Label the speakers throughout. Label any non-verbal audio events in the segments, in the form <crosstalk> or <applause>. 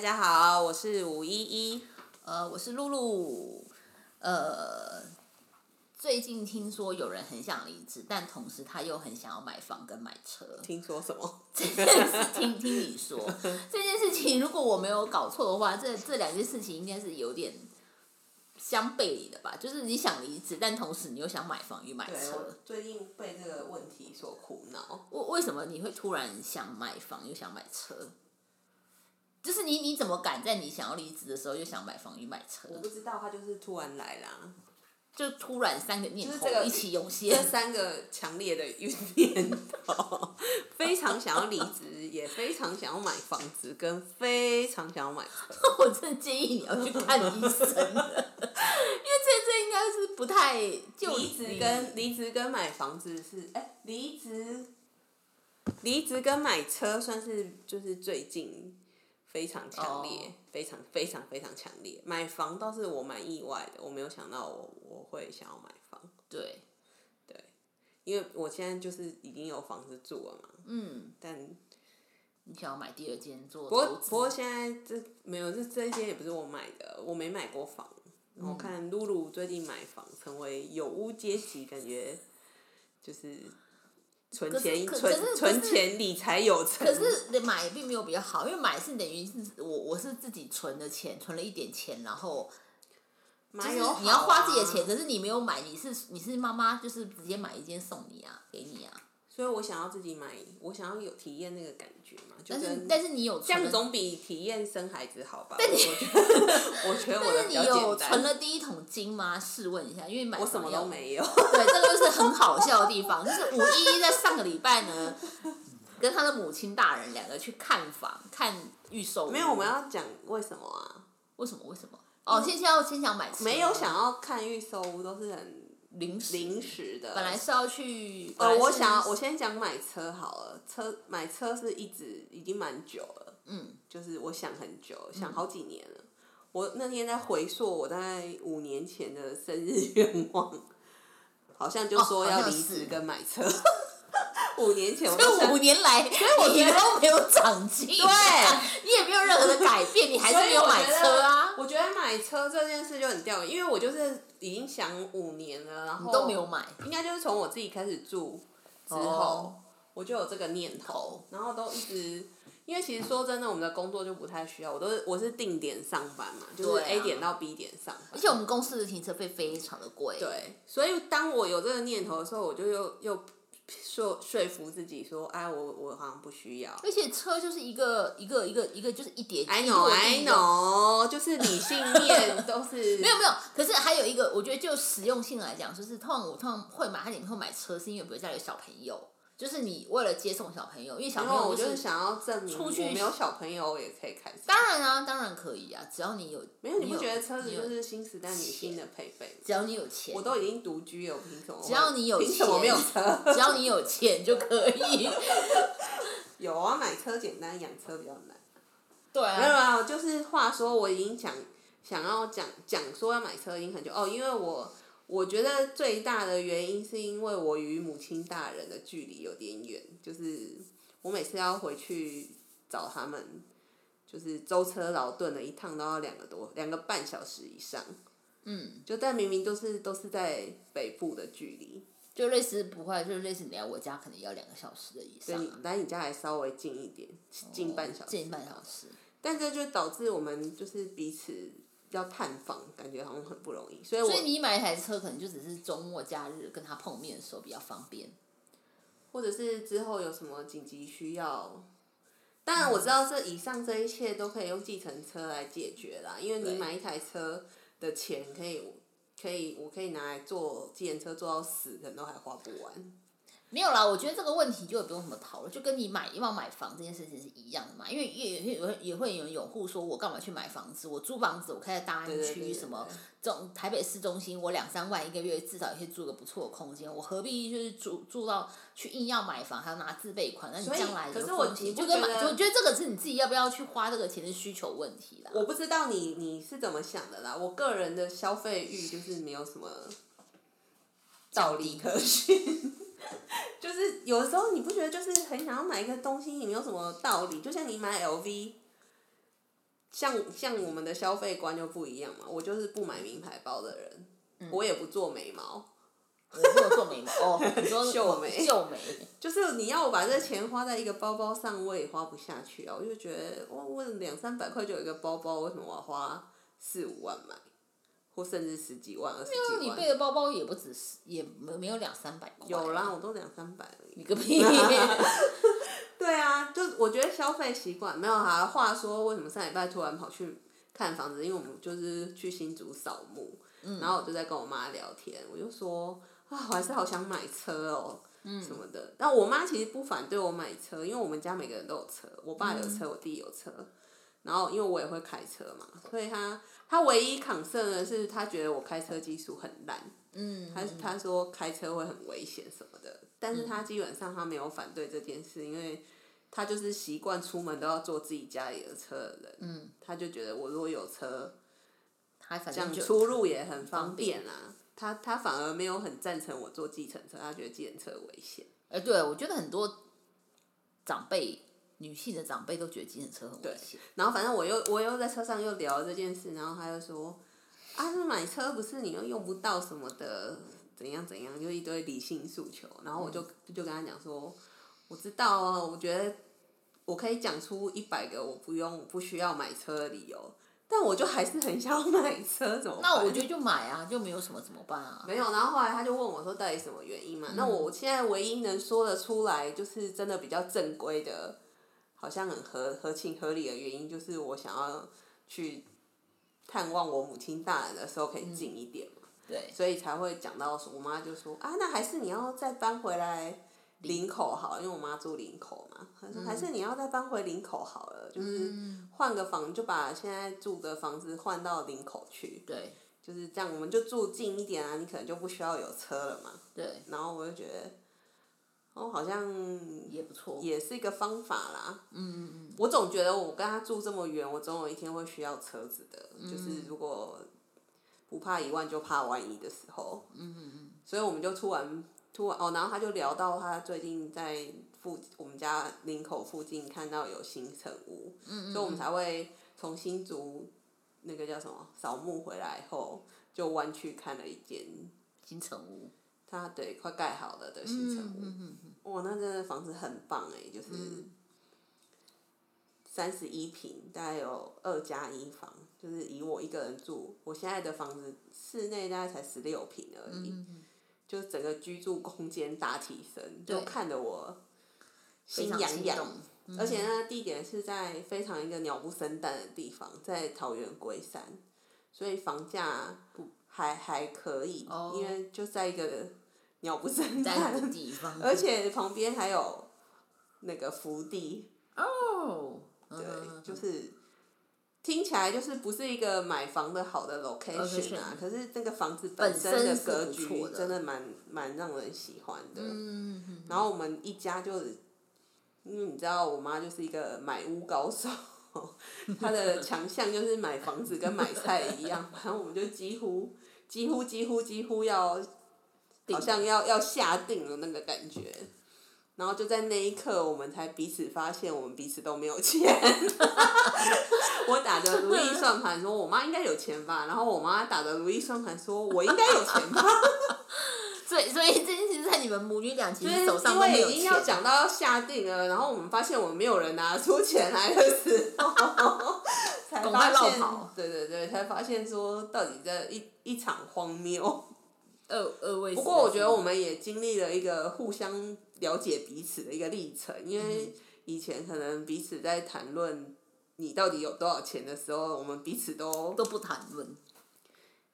Speaker 1: 家好，我是五一一。
Speaker 2: 呃，我是露露。呃，最近听说有人很想离职，但同时他又很想要买房跟买车。
Speaker 1: 听说什么？
Speaker 2: 听听你说这件事情，如果我没有搞错的话，这这两件事情应该是有点相背离的吧？就是你想离职，但同时你又想买房与买
Speaker 1: <laughs> 对，啊 <laughs> 我
Speaker 2: 车。
Speaker 1: 最近被这个问题所苦恼。
Speaker 2: 为为什么你会突然想买房又想买车？就是你你怎么敢在你想要离职的时候又想买房与买车？
Speaker 1: 我不知道，他就是突然来啦。
Speaker 2: 就突然三个念
Speaker 1: 就是
Speaker 2: 头
Speaker 1: 这个
Speaker 2: 一起涌现
Speaker 1: <laughs> 这。三个强烈的念头， <laughs> 非常想要离职，也非常想要买房子，跟非常想要买车。
Speaker 2: <laughs> 我真的建议你要去看医生了， <laughs> 因为这这应该是不太就
Speaker 1: 离职跟离职跟买房子是哎，离职离职跟买车算是就是最近非常强烈
Speaker 2: 哦
Speaker 1: 非常非常非常强烈。买房倒是我蛮意外的，我没有想到我我会想要买房，
Speaker 2: 对，
Speaker 1: 因为我现在就是已经有房子住了嘛。
Speaker 2: 嗯，
Speaker 1: 但
Speaker 2: 你想要买第二间做
Speaker 1: 不过
Speaker 2: 投
Speaker 1: 不过
Speaker 2: 资，
Speaker 1: 现在这没有这这一些也不是我买的，我没买过房。然
Speaker 2: 嗯
Speaker 1: 后看露露最近买房，成为有屋阶级，感觉就是存
Speaker 2: 可是
Speaker 1: 钱
Speaker 2: 可
Speaker 1: 存
Speaker 2: 可是
Speaker 1: 存
Speaker 2: 可是
Speaker 1: 钱理财有成。
Speaker 2: 可是你买并没有比较好，因为买是等于是我我是自己存的钱，存了一点钱，然后就
Speaker 1: 哪
Speaker 2: 是
Speaker 1: 有好啊
Speaker 2: 你要花自己的钱，，可是你没有买，你是你是妈妈就是直接买一间送你啊，给你啊，
Speaker 1: 所以我想要自己买，我想要有体验那个感觉嘛，就
Speaker 2: 但是
Speaker 1: 跟
Speaker 2: 但是你有
Speaker 1: 这
Speaker 2: 存
Speaker 1: 样
Speaker 2: 了
Speaker 1: 总比体验生孩子好吧？但我觉得我觉得我的
Speaker 2: 但是
Speaker 1: 比
Speaker 2: 你
Speaker 1: 较
Speaker 2: 有
Speaker 1: 简单，
Speaker 2: 存了第一桶金吗？试问一下，因为买
Speaker 1: 我什么
Speaker 2: 房要
Speaker 1: 都没有。 <laughs>
Speaker 2: 对，这个就是很好笑的地方，就是五一一在上个礼拜呢，跟他的母亲大人两个去看房，看预售屋
Speaker 1: 没有，我们要讲为什么啊？
Speaker 2: 为什么为什么？哦，先先要先想买车，
Speaker 1: 没有想要看预售屋，都是很
Speaker 2: 临时
Speaker 1: 临，时的。
Speaker 2: 本来是要去
Speaker 1: 呃，我想我
Speaker 2: 我
Speaker 1: 先讲买车好了，车买车是一直已经蛮久了，
Speaker 2: 嗯，
Speaker 1: 就是我想很久，想好几年了。我那天在回溯我大概五年前的生日愿望，好像就
Speaker 2: 哦
Speaker 1: 说
Speaker 2: 好
Speaker 1: 要
Speaker 2: 像
Speaker 1: 离
Speaker 2: 是
Speaker 1: 职跟买车。 <laughs> 五年前我就
Speaker 2: 这
Speaker 1: 想
Speaker 2: 五年来，所以
Speaker 1: 我觉得
Speaker 2: 都没有长进，啊
Speaker 1: 对，
Speaker 2: 你也没有任何的改变，你还是没有买车啊，
Speaker 1: 所以我觉得我觉得买车这件事就很吊诡，因为我就是已经想五年了，然后
Speaker 2: 你都没有买，
Speaker 1: 应该就是从我自己开始住之后，
Speaker 2: 哦
Speaker 1: 我就有这个念头，然后都一直，因为其实说真的，我们的工作就不太需要，我都是我是定点上班嘛，就是
Speaker 2: 对啊
Speaker 1: A 点到 B 点上
Speaker 2: 而
Speaker 1: 班。
Speaker 2: 且我们公司的停车费非常的贵，，
Speaker 1: 对，所以当我有这个念头的时候，我就又又说说服自己说，哎，我我好像不需要。
Speaker 2: 而且车就是一个一个一个一个就是一叠
Speaker 1: I
Speaker 2: 一
Speaker 1: know,
Speaker 2: 落地
Speaker 1: I
Speaker 2: 的
Speaker 1: know，就是理性面都是
Speaker 2: <laughs> 没有没有，可是还有一个，我觉得就实用性来讲，就是通常我通常会买，它里面会买车，是因为比如家里有小朋友，就是你为了接送小朋友，因为小
Speaker 1: 然
Speaker 2: 朋
Speaker 1: 后
Speaker 2: 友
Speaker 1: 我就是
Speaker 2: 是。
Speaker 1: 想要证明，
Speaker 2: 出去
Speaker 1: 我没有小朋友我也可以开车。
Speaker 2: 当然啊，当然可以啊，只要你有，
Speaker 1: 没有，你不觉得车子
Speaker 2: 你有
Speaker 1: 就是新时代女性的配备吗？
Speaker 2: 只要你有钱，
Speaker 1: 我都已经独居了，我凭什么会？
Speaker 2: 只要你有
Speaker 1: 凭什么
Speaker 2: 钱
Speaker 1: 没有车？ <laughs>
Speaker 2: 只要你有钱就可以。
Speaker 1: 有啊，买车简单，养车比较难。
Speaker 2: 对
Speaker 1: 没有
Speaker 2: 啊，
Speaker 1: 啊，就是话说，我已经讲想要讲讲说要买车已经很久哦，因为我我觉得最大的原因是因为我与母亲大人的距离有点远，就是我每次要回去找他们，就是舟车劳顿了一趟都要两个多两个半小时以上，
Speaker 2: 嗯，
Speaker 1: 就但明明都是都是在北部的距离，
Speaker 2: 就类似不会，就是类似你来我家可能要两个小时的以
Speaker 1: 所
Speaker 2: 上
Speaker 1: 以你
Speaker 2: 啊，
Speaker 1: 来你家还稍微近一点，近半小时，
Speaker 2: 哦近半小时。
Speaker 1: 但这就导致我们就是彼此要探访，感觉好像很不容易。所以我
Speaker 2: 所以你买一台车，可能就只是周末假日跟他碰面的时候比较方便。
Speaker 1: 或者是之后有什么紧急需要，当然我知道这以上这一切都可以用计程车来解决啦，因为你
Speaker 2: 对
Speaker 1: 买一台车的钱可以。可以，我可以拿来坐计程车坐到死，可能都还花不完。
Speaker 2: 没有啦，我觉得这个问题就也不用什么讨论，就跟你买要买房这件事情是一样的嘛。因为也也也也会有人拥护说，我干嘛去买房子？我租房子，我开在大
Speaker 1: 对对
Speaker 2: 安
Speaker 1: 对
Speaker 2: 区
Speaker 1: 对
Speaker 2: 什么
Speaker 1: 对
Speaker 2: 这种台北市中心，我两三万一个月至少也可以租个不错的空间，我何必就是住住到去硬要买房还要拿自备款？那你
Speaker 1: 所以
Speaker 2: 将来
Speaker 1: 可
Speaker 2: 的
Speaker 1: 是我
Speaker 2: 风
Speaker 1: 你
Speaker 2: 险
Speaker 1: 不
Speaker 2: 就跟
Speaker 1: 觉
Speaker 2: 买，
Speaker 1: 得
Speaker 2: 我觉得这个是你自己要不要去花这个钱的需求问题啦。
Speaker 1: 我不知道你你是怎么想的啦。我个人的消费欲就是没有什么道理可循， <laughs> 就是有的时候你不觉得就是很想要买一个东西，你没有什么道理。就像你买 LV，像像我们的消费观就不一样嘛，我就是不买名牌包的人，我也不做眉毛，
Speaker 2: 我没有做眉毛
Speaker 1: <laughs>
Speaker 2: 哦，你说
Speaker 1: 秀眉
Speaker 2: 秀眉，
Speaker 1: 就是你要我把这钱花在一个包包上，我也花不下去啊！我就觉得，我我两三百块就有一个包包，为什么我要花四五万买，或甚至十几万、二十
Speaker 2: 就
Speaker 1: 几
Speaker 2: 你
Speaker 1: 万？
Speaker 2: 背的包包也不止十，也没没有两三百块，
Speaker 1: 有啦，，我都两三百而已。
Speaker 2: 你个
Speaker 1: <laughs>
Speaker 2: 屁！
Speaker 1: 对啊，就我觉得消费习惯没有哈。话说，为什么上礼拜突然跑去看房子？因为我们就是去新竹扫墓，
Speaker 2: 嗯
Speaker 1: 然后我就在跟我妈聊天，我就说啊，我还是好想买车哦，
Speaker 2: 嗯
Speaker 1: 什么的。但我妈其实不反对我买车，因为我们家每个人都有车，我爸有
Speaker 2: 嗯
Speaker 1: 车，我弟有车。然后因为我也会开车嘛，所以他他唯一 concern 的是他觉得我开车技术很烂，
Speaker 2: 嗯，
Speaker 1: 他他说开车会很危险什么的，但是他基本上他没有反对这件事，因为他就是习惯出门都要坐自己家里的车的人，
Speaker 2: 嗯，
Speaker 1: 他就觉得我如果有车，
Speaker 2: 还反
Speaker 1: 这样
Speaker 2: 正就
Speaker 1: 出入也很方便啊。他他反而没有很赞成我坐计程车，他觉得计程车危险。
Speaker 2: 哎，对，我觉得很多长辈，女性的长辈都觉得计程车很危险。
Speaker 1: 然后反正我又我又在车上又聊了这件事，然后他又说，啊，那买车不是你又用不到什么的，怎样怎样，就一堆理性诉求。然后我
Speaker 2: 嗯
Speaker 1: 就、就跟他讲说，我知道啊，我觉得我可以讲出一百个我不用不需要买车的理由，但我就还是很想要买车，怎么办？
Speaker 2: 那我觉得就买啊，就没有什么怎么办啊？
Speaker 1: 没有，然后后来他就问我说到底什么原因嘛？那我现在唯一能说得出来，就是真的比较正规的，好像很合合情合理的原因，就是我想要去探望我母亲大人的时候可以近一点嘛，
Speaker 2: 对，
Speaker 1: 所以才会讲到说我妈就说啊，那还是你要再搬回来林口好了，因为我妈住林口嘛，她说还是你要再搬回林口好了，
Speaker 2: 嗯
Speaker 1: 就是换个房就把现在住的房子换到林口去。
Speaker 2: 对
Speaker 1: 就是这样，我们就住近一点啊，你可能就不需要有车了嘛。
Speaker 2: 对，
Speaker 1: 然后我就觉得，哦，好像
Speaker 2: 也不错。
Speaker 1: 也是一个方法啦。
Speaker 2: 嗯嗯
Speaker 1: 我总觉得我跟他住这么远，我总有一天会需要车子的。
Speaker 2: 嗯
Speaker 1: 就是如果不怕一万，就怕万一的时候。
Speaker 2: 嗯嗯嗯，
Speaker 1: 所以我们就突然突然哦，然后他就聊到他最近在附我们家林口附近看到有新城屋，
Speaker 2: 嗯
Speaker 1: 所以我们才会从新竹那个叫什么扫墓回来后，就弯去看了一间
Speaker 2: 新城屋。
Speaker 1: 他对快盖好了的新
Speaker 2: 嗯
Speaker 1: 城屋，
Speaker 2: 嗯嗯
Speaker 1: 哇，那真的房子很棒哎，就是三十一平，大概有二加一房，就是以我一个人住，我现在的房子室内大概才十六平而已，
Speaker 2: 嗯，
Speaker 1: 就整个居住空间大提升，
Speaker 2: 对
Speaker 1: 就看得我
Speaker 2: 非
Speaker 1: 心
Speaker 2: 常
Speaker 1: 痒
Speaker 2: 心
Speaker 1: 痒。 <laughs>
Speaker 2: 动。嗯
Speaker 1: 而且那地点是在非常一个鸟不生蛋的地方，在桃园龟山，所以房价不还还可以，
Speaker 2: 哦
Speaker 1: 因为就在一个鸟不生
Speaker 2: 在那个
Speaker 1: 蛋，
Speaker 2: 地方，
Speaker 1: 而且旁边还有那个福地，
Speaker 2: 哦，对
Speaker 1: 对，就是。听起来就是不是一个买房的好的 location 啊
Speaker 2: Location
Speaker 1: 可是那个房子
Speaker 2: 哦本
Speaker 1: 身
Speaker 2: 身
Speaker 1: 的
Speaker 2: 是
Speaker 1: 格
Speaker 2: 不
Speaker 1: 局
Speaker 2: 错的
Speaker 1: 真的蛮蛮让人喜欢的。
Speaker 2: 嗯嗯
Speaker 1: 然后我们一家就，因为你知道我妈就是一个买屋高手，她的强项就是买房子跟买菜一样，反正我们就几乎几乎几乎几乎要，好像要要下定了那个感觉。然后就在那一刻，我们才彼此发现，我们彼此都没有钱。 <laughs> 我打着如意算盘说，我妈应该有钱吧，然后我妈打着如意算盘说，我应该有钱吧。
Speaker 2: 所以所以这件事在你们母女俩其
Speaker 1: 就
Speaker 2: 实手
Speaker 1: 是
Speaker 2: 上
Speaker 1: 因
Speaker 2: 都没
Speaker 1: 为
Speaker 2: 有
Speaker 1: 已经要
Speaker 2: 钱，
Speaker 1: 讲到要下定了，然后我们发现我们没有人拿 <laughs> 出钱来的
Speaker 2: <laughs>
Speaker 1: 时候，才
Speaker 2: 赶
Speaker 1: 发
Speaker 2: 快绕
Speaker 1: 现
Speaker 2: 跑，
Speaker 1: 对对对，才发现说到底这一一场荒
Speaker 2: <laughs>
Speaker 1: 谬。
Speaker 2: 二二位数。
Speaker 1: 不过我觉得我们也经历了一个互相了解彼此的一个历程，因
Speaker 2: 嗯
Speaker 1: 为以前可能彼此在谈论你到底有多少钱的时候，我们彼此都
Speaker 2: 都不谈论，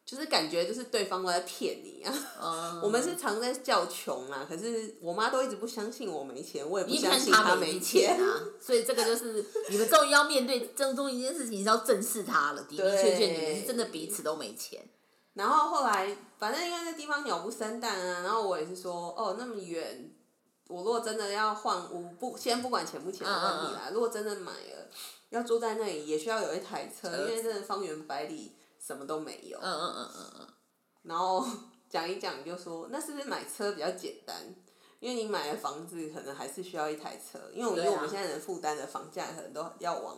Speaker 1: 就是感觉就是对方都在骗你啊。
Speaker 2: 嗯，
Speaker 1: 我们是常在叫穷啦，可是我妈都一直不相信我没钱，我也不
Speaker 2: 一
Speaker 1: 相
Speaker 2: 看
Speaker 1: 信
Speaker 2: 他
Speaker 1: 没
Speaker 2: 钱啊，所以这个就是你们终于要面对正中一件事情，是要正视它了。的的确确，
Speaker 1: 对
Speaker 2: 你们是真的彼此都没钱，
Speaker 1: 然后后来，反正因为那地方鸟不生蛋啊，然后我也是说，哦，那么远，我如果真的要换屋，不先不管钱不钱，
Speaker 2: 嗯
Speaker 1: 我
Speaker 2: 嗯
Speaker 1: 管你啦。如果真的买了，要住在那里，也需要有一台车，
Speaker 2: 车子
Speaker 1: 因为真的方圆百里什么都没有。
Speaker 2: 嗯嗯嗯嗯嗯，
Speaker 1: 然后讲一讲就说，那是不是买车比较简单？因为你买了房子，可能还是需要一台车，因为我觉得
Speaker 2: 对啊
Speaker 1: 我们现在能负担的房价，可能都要往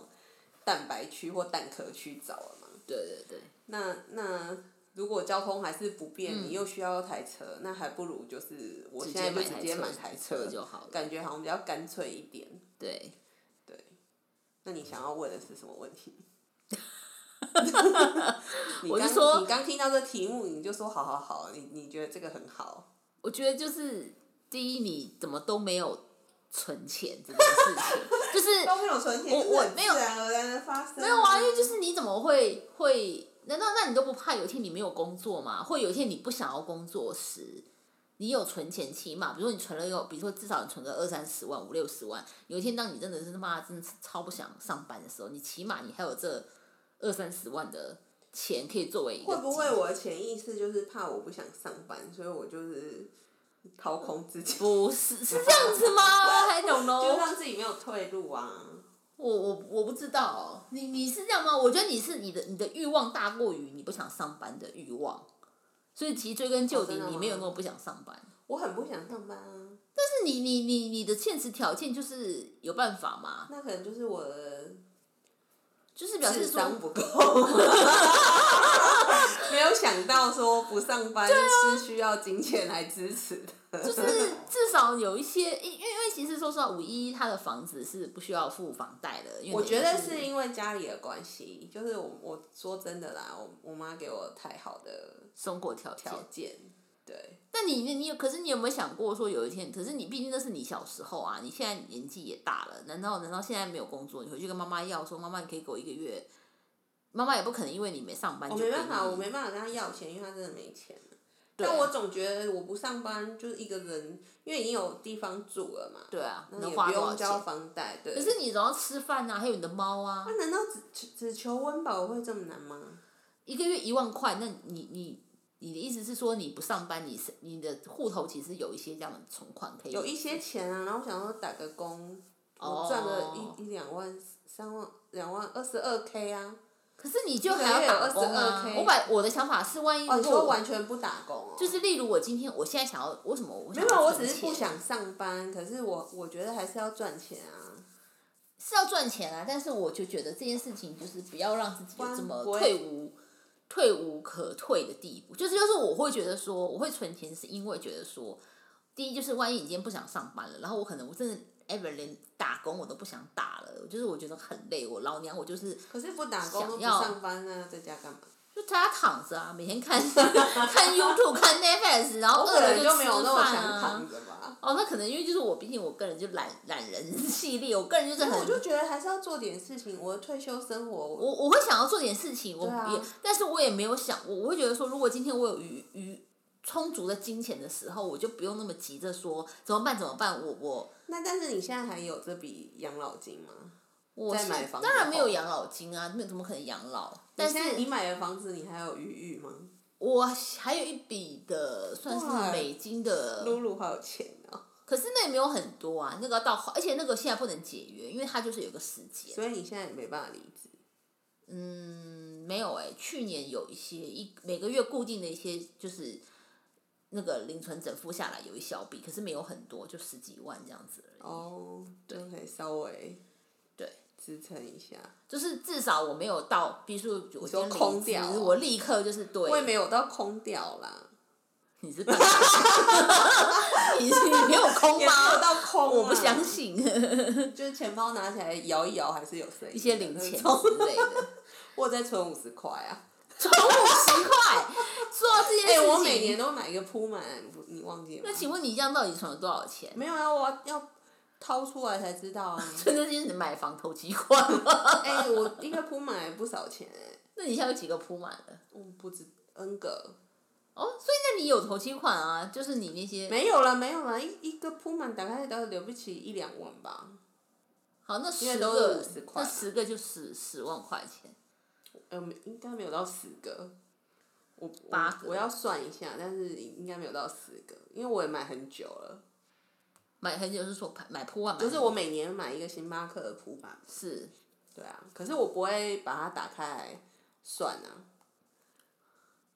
Speaker 1: 蛋白区或蛋壳区找了嘛。
Speaker 2: 对对对，
Speaker 1: 那那如果交通还是不便，
Speaker 2: 嗯
Speaker 1: 你又需要台车，那还不如就是我
Speaker 2: 直
Speaker 1: 现
Speaker 2: 接
Speaker 1: 在就
Speaker 2: 买
Speaker 1: 直接买
Speaker 2: 台
Speaker 1: 台车，
Speaker 2: 就好了。
Speaker 1: 感觉好像比较干脆一点。
Speaker 2: 对，
Speaker 1: 对，那你想要问的是什么问题？ <laughs> 你
Speaker 2: 我是
Speaker 1: 刚
Speaker 2: 说
Speaker 1: 你刚听到这题目，你就说好好好，你你觉得这个很好，
Speaker 2: 我觉得就是第一，你怎么都没有存钱这件事情，就是
Speaker 1: 都没有存钱，
Speaker 2: 我
Speaker 1: 就是很
Speaker 2: 我没有
Speaker 1: 自然而然的发生，
Speaker 2: 没有啊，因为就是你怎么会会？难道那你都不怕有一天你没有工作吗？或有一天你不想要工作时，你有存钱起码，比如说你存了有，比如说至少你存个二三十万、五六十万，有一天当你真的是他妈真的是超不想上班的时候，你起码你还有这二三十万的钱可以作为一个
Speaker 1: 会不会
Speaker 2: 基
Speaker 1: 我的潜意识就是怕我不想上班，所以我就是掏空自 <laughs> 己，
Speaker 2: 不是是这样
Speaker 1: <laughs>
Speaker 2: 子吗？还懂喽？
Speaker 1: 就让自己没有退路啊。
Speaker 2: 我我我不知道，你你是这样吗？我觉得你是你的你的欲望大过于你不想上班的欲望，所以其实追根究
Speaker 1: 哦
Speaker 2: 底，
Speaker 1: 真的吗
Speaker 2: 你没有那么不想上班，
Speaker 1: 我很不想上班啊，
Speaker 2: 但是你你你你的现实条件就是有办法嘛，
Speaker 1: 那可能就是我的
Speaker 2: 就是表示
Speaker 1: 智商
Speaker 2: 说
Speaker 1: 不够， <laughs> 没有想到说不上班是需要金钱来支持的。
Speaker 2: 就是至少有一些，因因为因为其实说实话，五一他的房子是不需要付房贷的，因
Speaker 1: <laughs>
Speaker 2: 为
Speaker 1: 我觉得
Speaker 2: 是
Speaker 1: 是因为家里的关系，就是我我说真的啦，我我妈给我太好的
Speaker 2: 松果条件
Speaker 1: 条。件，对，
Speaker 2: 那你你你有，可是你有没有想过说有一天？可是你毕竟那是你小时候啊，你现在年纪也大了，难道难道现在没有工作，你回去跟妈妈要说，妈妈你可以给我一个月？妈妈也不可能因为你没上班
Speaker 1: 我
Speaker 2: 就
Speaker 1: 哦
Speaker 2: 给
Speaker 1: 没办
Speaker 2: 你
Speaker 1: 法，我没办法跟她要钱，因为她真的没钱。
Speaker 2: 对啊
Speaker 1: 但我总觉得我不上班就是一个人，因为已经有地方住了嘛，
Speaker 2: 对啊，
Speaker 1: 那
Speaker 2: 能
Speaker 1: 也
Speaker 2: 花
Speaker 1: 不
Speaker 2: 多少
Speaker 1: 用交
Speaker 2: 钱？
Speaker 1: 房贷，对。
Speaker 2: 可是你总要吃饭啊，还有你的猫啊
Speaker 1: 那、，难道只只只求温饱会这么难吗？
Speaker 2: 一个月一万块，那你你你的意思是说你不上班，你是你的户头其实有一些这样的存款可以
Speaker 1: 有一些钱啊，然后我想说打个工，
Speaker 2: 哦
Speaker 1: 我赚了一一两万、三万、两万、二十二 K 啊。
Speaker 2: 可是你就还要打工啊
Speaker 1: 一个月有22！K
Speaker 2: 我把我的想法是，万一
Speaker 1: 哦，
Speaker 2: 如
Speaker 1: 你
Speaker 2: 果
Speaker 1: 说
Speaker 2: 我、
Speaker 1: 完全不打工哦？
Speaker 2: 就是例如我今天我现在想要，为什么我
Speaker 1: 没
Speaker 2: 想要
Speaker 1: 有，我
Speaker 2: 存
Speaker 1: 只是不
Speaker 2: 钱
Speaker 1: 想上班，可是我我觉得还是要赚钱啊。
Speaker 2: 是要赚钱啊，但是我就觉得这件事情就是不要让自己有这么
Speaker 1: 不然不会
Speaker 2: 退无退无可退的地步。就是就是我会觉得说，我会存钱是因为觉得说，第一就是万一你今天不想上班了，然后我可能我真的 ever 连打工我都不想打了，就是我觉得很累，我老娘我就是
Speaker 1: 可是不打工
Speaker 2: 想
Speaker 1: 都不
Speaker 2: 要
Speaker 1: 上班啊，在家干嘛？
Speaker 2: 就在家躺着啊，每天看 <laughs> 看 YouTube 看 Netflix，然后
Speaker 1: 我
Speaker 2: 饿
Speaker 1: 可
Speaker 2: 了
Speaker 1: 能就
Speaker 2: 吃
Speaker 1: 没有那么
Speaker 2: 饭
Speaker 1: 想
Speaker 2: 啊。
Speaker 1: 躺着吧。
Speaker 2: 哦，那可能因为就是我，毕竟我个人就懒懒人 <laughs> 系列，我个人就是
Speaker 1: 可是
Speaker 2: 很
Speaker 1: 啊我就觉得还是要做点事情。我的退休生活，我
Speaker 2: 我我会想要做点事情，我也，
Speaker 1: 对啊
Speaker 2: 但是我也没有想，我我会觉得说，如果今天我有余余充足的金钱的时候，我就不用那么急着说怎么办怎么办，我我
Speaker 1: 那但是你现在还有这笔养老金吗？
Speaker 2: 我
Speaker 1: 再
Speaker 2: 是
Speaker 1: 买房子
Speaker 2: 当然没有
Speaker 1: 后
Speaker 2: 养老金啊，那怎么可能养老？
Speaker 1: 你
Speaker 2: 但
Speaker 1: 现在
Speaker 2: 是
Speaker 1: 你买了房子，你还有余裕吗？
Speaker 2: 我还有一笔的算是
Speaker 1: 哇
Speaker 2: 美金的，
Speaker 1: 露露好有钱哦。可
Speaker 2: 可是那也没有很多啊，那个要到而且那个现在不能解约，因为它就是有个时间。
Speaker 1: 所以你现在也没办法离职。
Speaker 2: 嗯，没有哎、去年有一些一每个月固定的一些就是那个零存整付下来有一小笔，可是没有很多，就十几万这样子而已。
Speaker 1: 哦，对，可以稍微
Speaker 2: 对
Speaker 1: 支撑一下。
Speaker 2: 就是至少我没有到，比如说我今
Speaker 1: 说
Speaker 2: 天离
Speaker 1: 空
Speaker 2: 职
Speaker 1: 掉哦
Speaker 2: 我立刻就是对，
Speaker 1: 我也没有到空掉啦，
Speaker 2: 你是笨蛋你是你没有
Speaker 1: 也
Speaker 2: 空
Speaker 1: 没有
Speaker 2: 吗？
Speaker 1: 到空啊、
Speaker 2: 我不相信
Speaker 1: 就是钱包拿起来摇一摇，还是有声音的。
Speaker 2: 一些零钱
Speaker 1: 那
Speaker 2: 之
Speaker 1: 种
Speaker 2: 类的，
Speaker 1: 我有在存五十块啊。
Speaker 2: 存五十块。说到这件
Speaker 1: 哎、
Speaker 2: 事情，
Speaker 1: 我每年都买一个铺满，你忘记了吗
Speaker 2: 那？请问你这样到底存了多少钱？
Speaker 1: 没有啊，我要掏出来才知道
Speaker 2: <laughs>
Speaker 1: 啊。
Speaker 2: 真的就是买房投机款吗？
Speaker 1: 哎、我一个铺满不少钱哎、
Speaker 2: 那你现在有几个铺满了？
Speaker 1: 我不止 N 个，
Speaker 2: 哦，所以那你有投期款啊？就是你那些
Speaker 1: 没有了，没有了，一一个铺满打开都了不起一两万吧。
Speaker 2: 好，那
Speaker 1: 因
Speaker 2: 十
Speaker 1: 为都是
Speaker 2: 个
Speaker 1: 50块
Speaker 2: 那
Speaker 1: 嘛
Speaker 2: 十个就十十万块钱，
Speaker 1: 呃，没应该没有到十个，我我
Speaker 2: 八个
Speaker 1: 我要算一下，但是应应该没有到十个，因为我也买很久了，
Speaker 2: 买很久是说买买铺啊万，买
Speaker 1: 就是
Speaker 2: 很
Speaker 1: 我
Speaker 2: 久
Speaker 1: 每年买一个星巴克的铺板， <laughs>
Speaker 2: 是
Speaker 1: 对啊，可是我不会把它打开来算啊，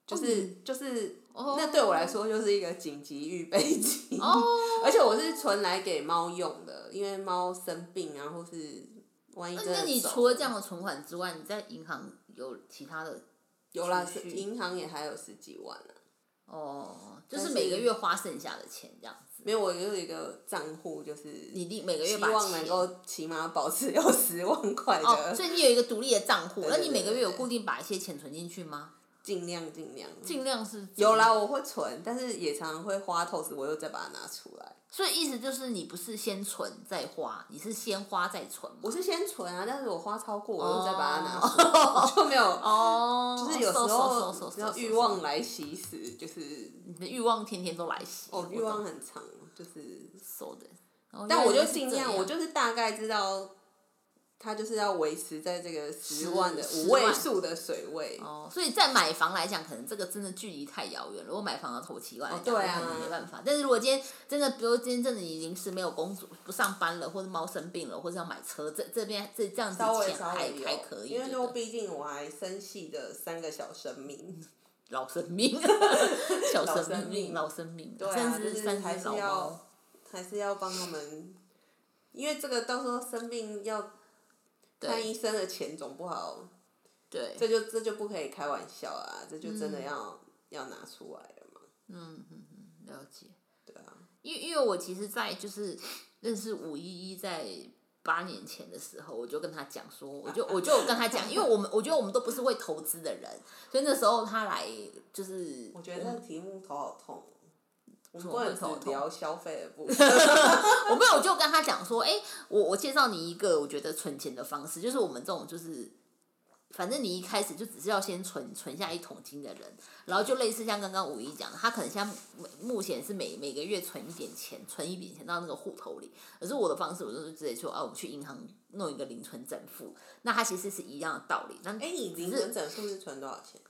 Speaker 1: 就是、就是、
Speaker 2: 哦
Speaker 1: 那对我来说就是一个紧急预备金， <laughs>
Speaker 2: 哦，
Speaker 1: 而且我是存来给猫用的，因为猫生病啊或是万一
Speaker 2: 那
Speaker 1: 真的
Speaker 2: 那你
Speaker 1: 走
Speaker 2: 除了这样的存款之外，你在银行有其他的
Speaker 1: 有啦，是
Speaker 2: 储蓄
Speaker 1: 银行也还有十几万啊。
Speaker 2: 哦，就是
Speaker 1: 但
Speaker 2: 每个
Speaker 1: 是
Speaker 2: 月花剩下的钱这样子。
Speaker 1: 没有，我就有一个账户，就是
Speaker 2: 你定每个月
Speaker 1: 希
Speaker 2: 把
Speaker 1: 望
Speaker 2: 钱
Speaker 1: 能够起码保持有十万块
Speaker 2: 哦，
Speaker 1: 的，
Speaker 2: 所以你有一个独立的账户，
Speaker 1: 对
Speaker 2: 那
Speaker 1: 对
Speaker 2: 你每个月有
Speaker 1: 对对
Speaker 2: 固定把一些钱存进去吗？
Speaker 1: 尽量尽量。
Speaker 2: 尽量是
Speaker 1: 有啦，，我会存，但是也常常会花透支，我又再把它拿出来。
Speaker 2: 所以意思就是你不是先存再花，你是先花再存吗
Speaker 1: 我是先存啊，但是我花超过，我
Speaker 2: 哦
Speaker 1: 又再把它拿出来，我就没有。
Speaker 2: 哦，
Speaker 1: 就是有时
Speaker 2: 嗖嗖
Speaker 1: 候
Speaker 2: 嗖嗖
Speaker 1: 只要
Speaker 2: 嗖
Speaker 1: 欲
Speaker 2: 嗖
Speaker 1: 望来袭时，就是
Speaker 2: 你的欲望天天都来袭，
Speaker 1: 哦
Speaker 2: 我，
Speaker 1: 欲望
Speaker 2: 懂
Speaker 1: 很长，就是。
Speaker 2: 嗖的。哦
Speaker 1: 但我
Speaker 2: 原
Speaker 1: 就
Speaker 2: 来是
Speaker 1: 尽
Speaker 2: 这
Speaker 1: 量，
Speaker 2: 样
Speaker 1: 我就是大概知道，它就是要维持在这个
Speaker 2: 十
Speaker 1: 十万的
Speaker 2: 十
Speaker 1: 五位
Speaker 2: 万
Speaker 1: 数的水位。
Speaker 2: 哦，所以在买房来讲，可能这个真的距离太遥远了。如果买房要投七万来讲，
Speaker 1: 哦对啊
Speaker 2: 那可能没办法。但是如果今天真的，比如今天真的你临时没有工作，不上班了，或者猫生病了，或者要买车，这这边这这样子
Speaker 1: 稍微
Speaker 2: 钱
Speaker 1: 稍
Speaker 2: 还
Speaker 1: 微有
Speaker 2: 还可以，
Speaker 1: 因为
Speaker 2: 觉
Speaker 1: 说
Speaker 2: 得
Speaker 1: 毕竟我还生系的三个小生命，
Speaker 2: 老生命，
Speaker 1: <laughs>
Speaker 2: <laughs> 小
Speaker 1: 老
Speaker 2: 生
Speaker 1: 生
Speaker 2: 命，
Speaker 1: 命
Speaker 2: 老生命，
Speaker 1: 对
Speaker 2: 甚
Speaker 1: 啊，就
Speaker 2: 至
Speaker 1: 是
Speaker 2: 三
Speaker 1: 还
Speaker 2: 只
Speaker 1: 是
Speaker 2: 老猫
Speaker 1: 要。还是要帮他们，因为这个到时候生病要看
Speaker 2: 对
Speaker 1: 医生的钱总不好，
Speaker 2: 对，
Speaker 1: 这就这就不可以开玩笑啊，这就真的
Speaker 2: 嗯
Speaker 1: 要、要拿出来了嘛，
Speaker 2: 了解。
Speaker 1: 对啊，
Speaker 2: 因为因为我其实，在就是认识五一一在八年前的时候，我就跟他讲说，我就我就有跟他讲，因为我们我觉得我们都不是会投资的人，所以那时候他来就是，
Speaker 1: 我觉得这个题目头好痛。哦我们
Speaker 2: 么
Speaker 1: 不能
Speaker 2: 会头
Speaker 1: 只
Speaker 2: 痛
Speaker 1: 聊消费的部
Speaker 2: <laughs>
Speaker 1: 分，
Speaker 2: 我没有，我就跟他讲说，哎、我我介绍你一个我觉得存钱的方式，就是我们这种就是，反正你一开始就只是要先存存下一桶金的人，然后就类似像刚刚五一讲的，他可能现在目目前是每每个月存一点钱，存一点钱到那个户头里，可是我的方式我就是直接说，啊，我们去银行弄一个零存整付，那他其实是一样的道理，那
Speaker 1: 哎、你零存整数是存多少钱？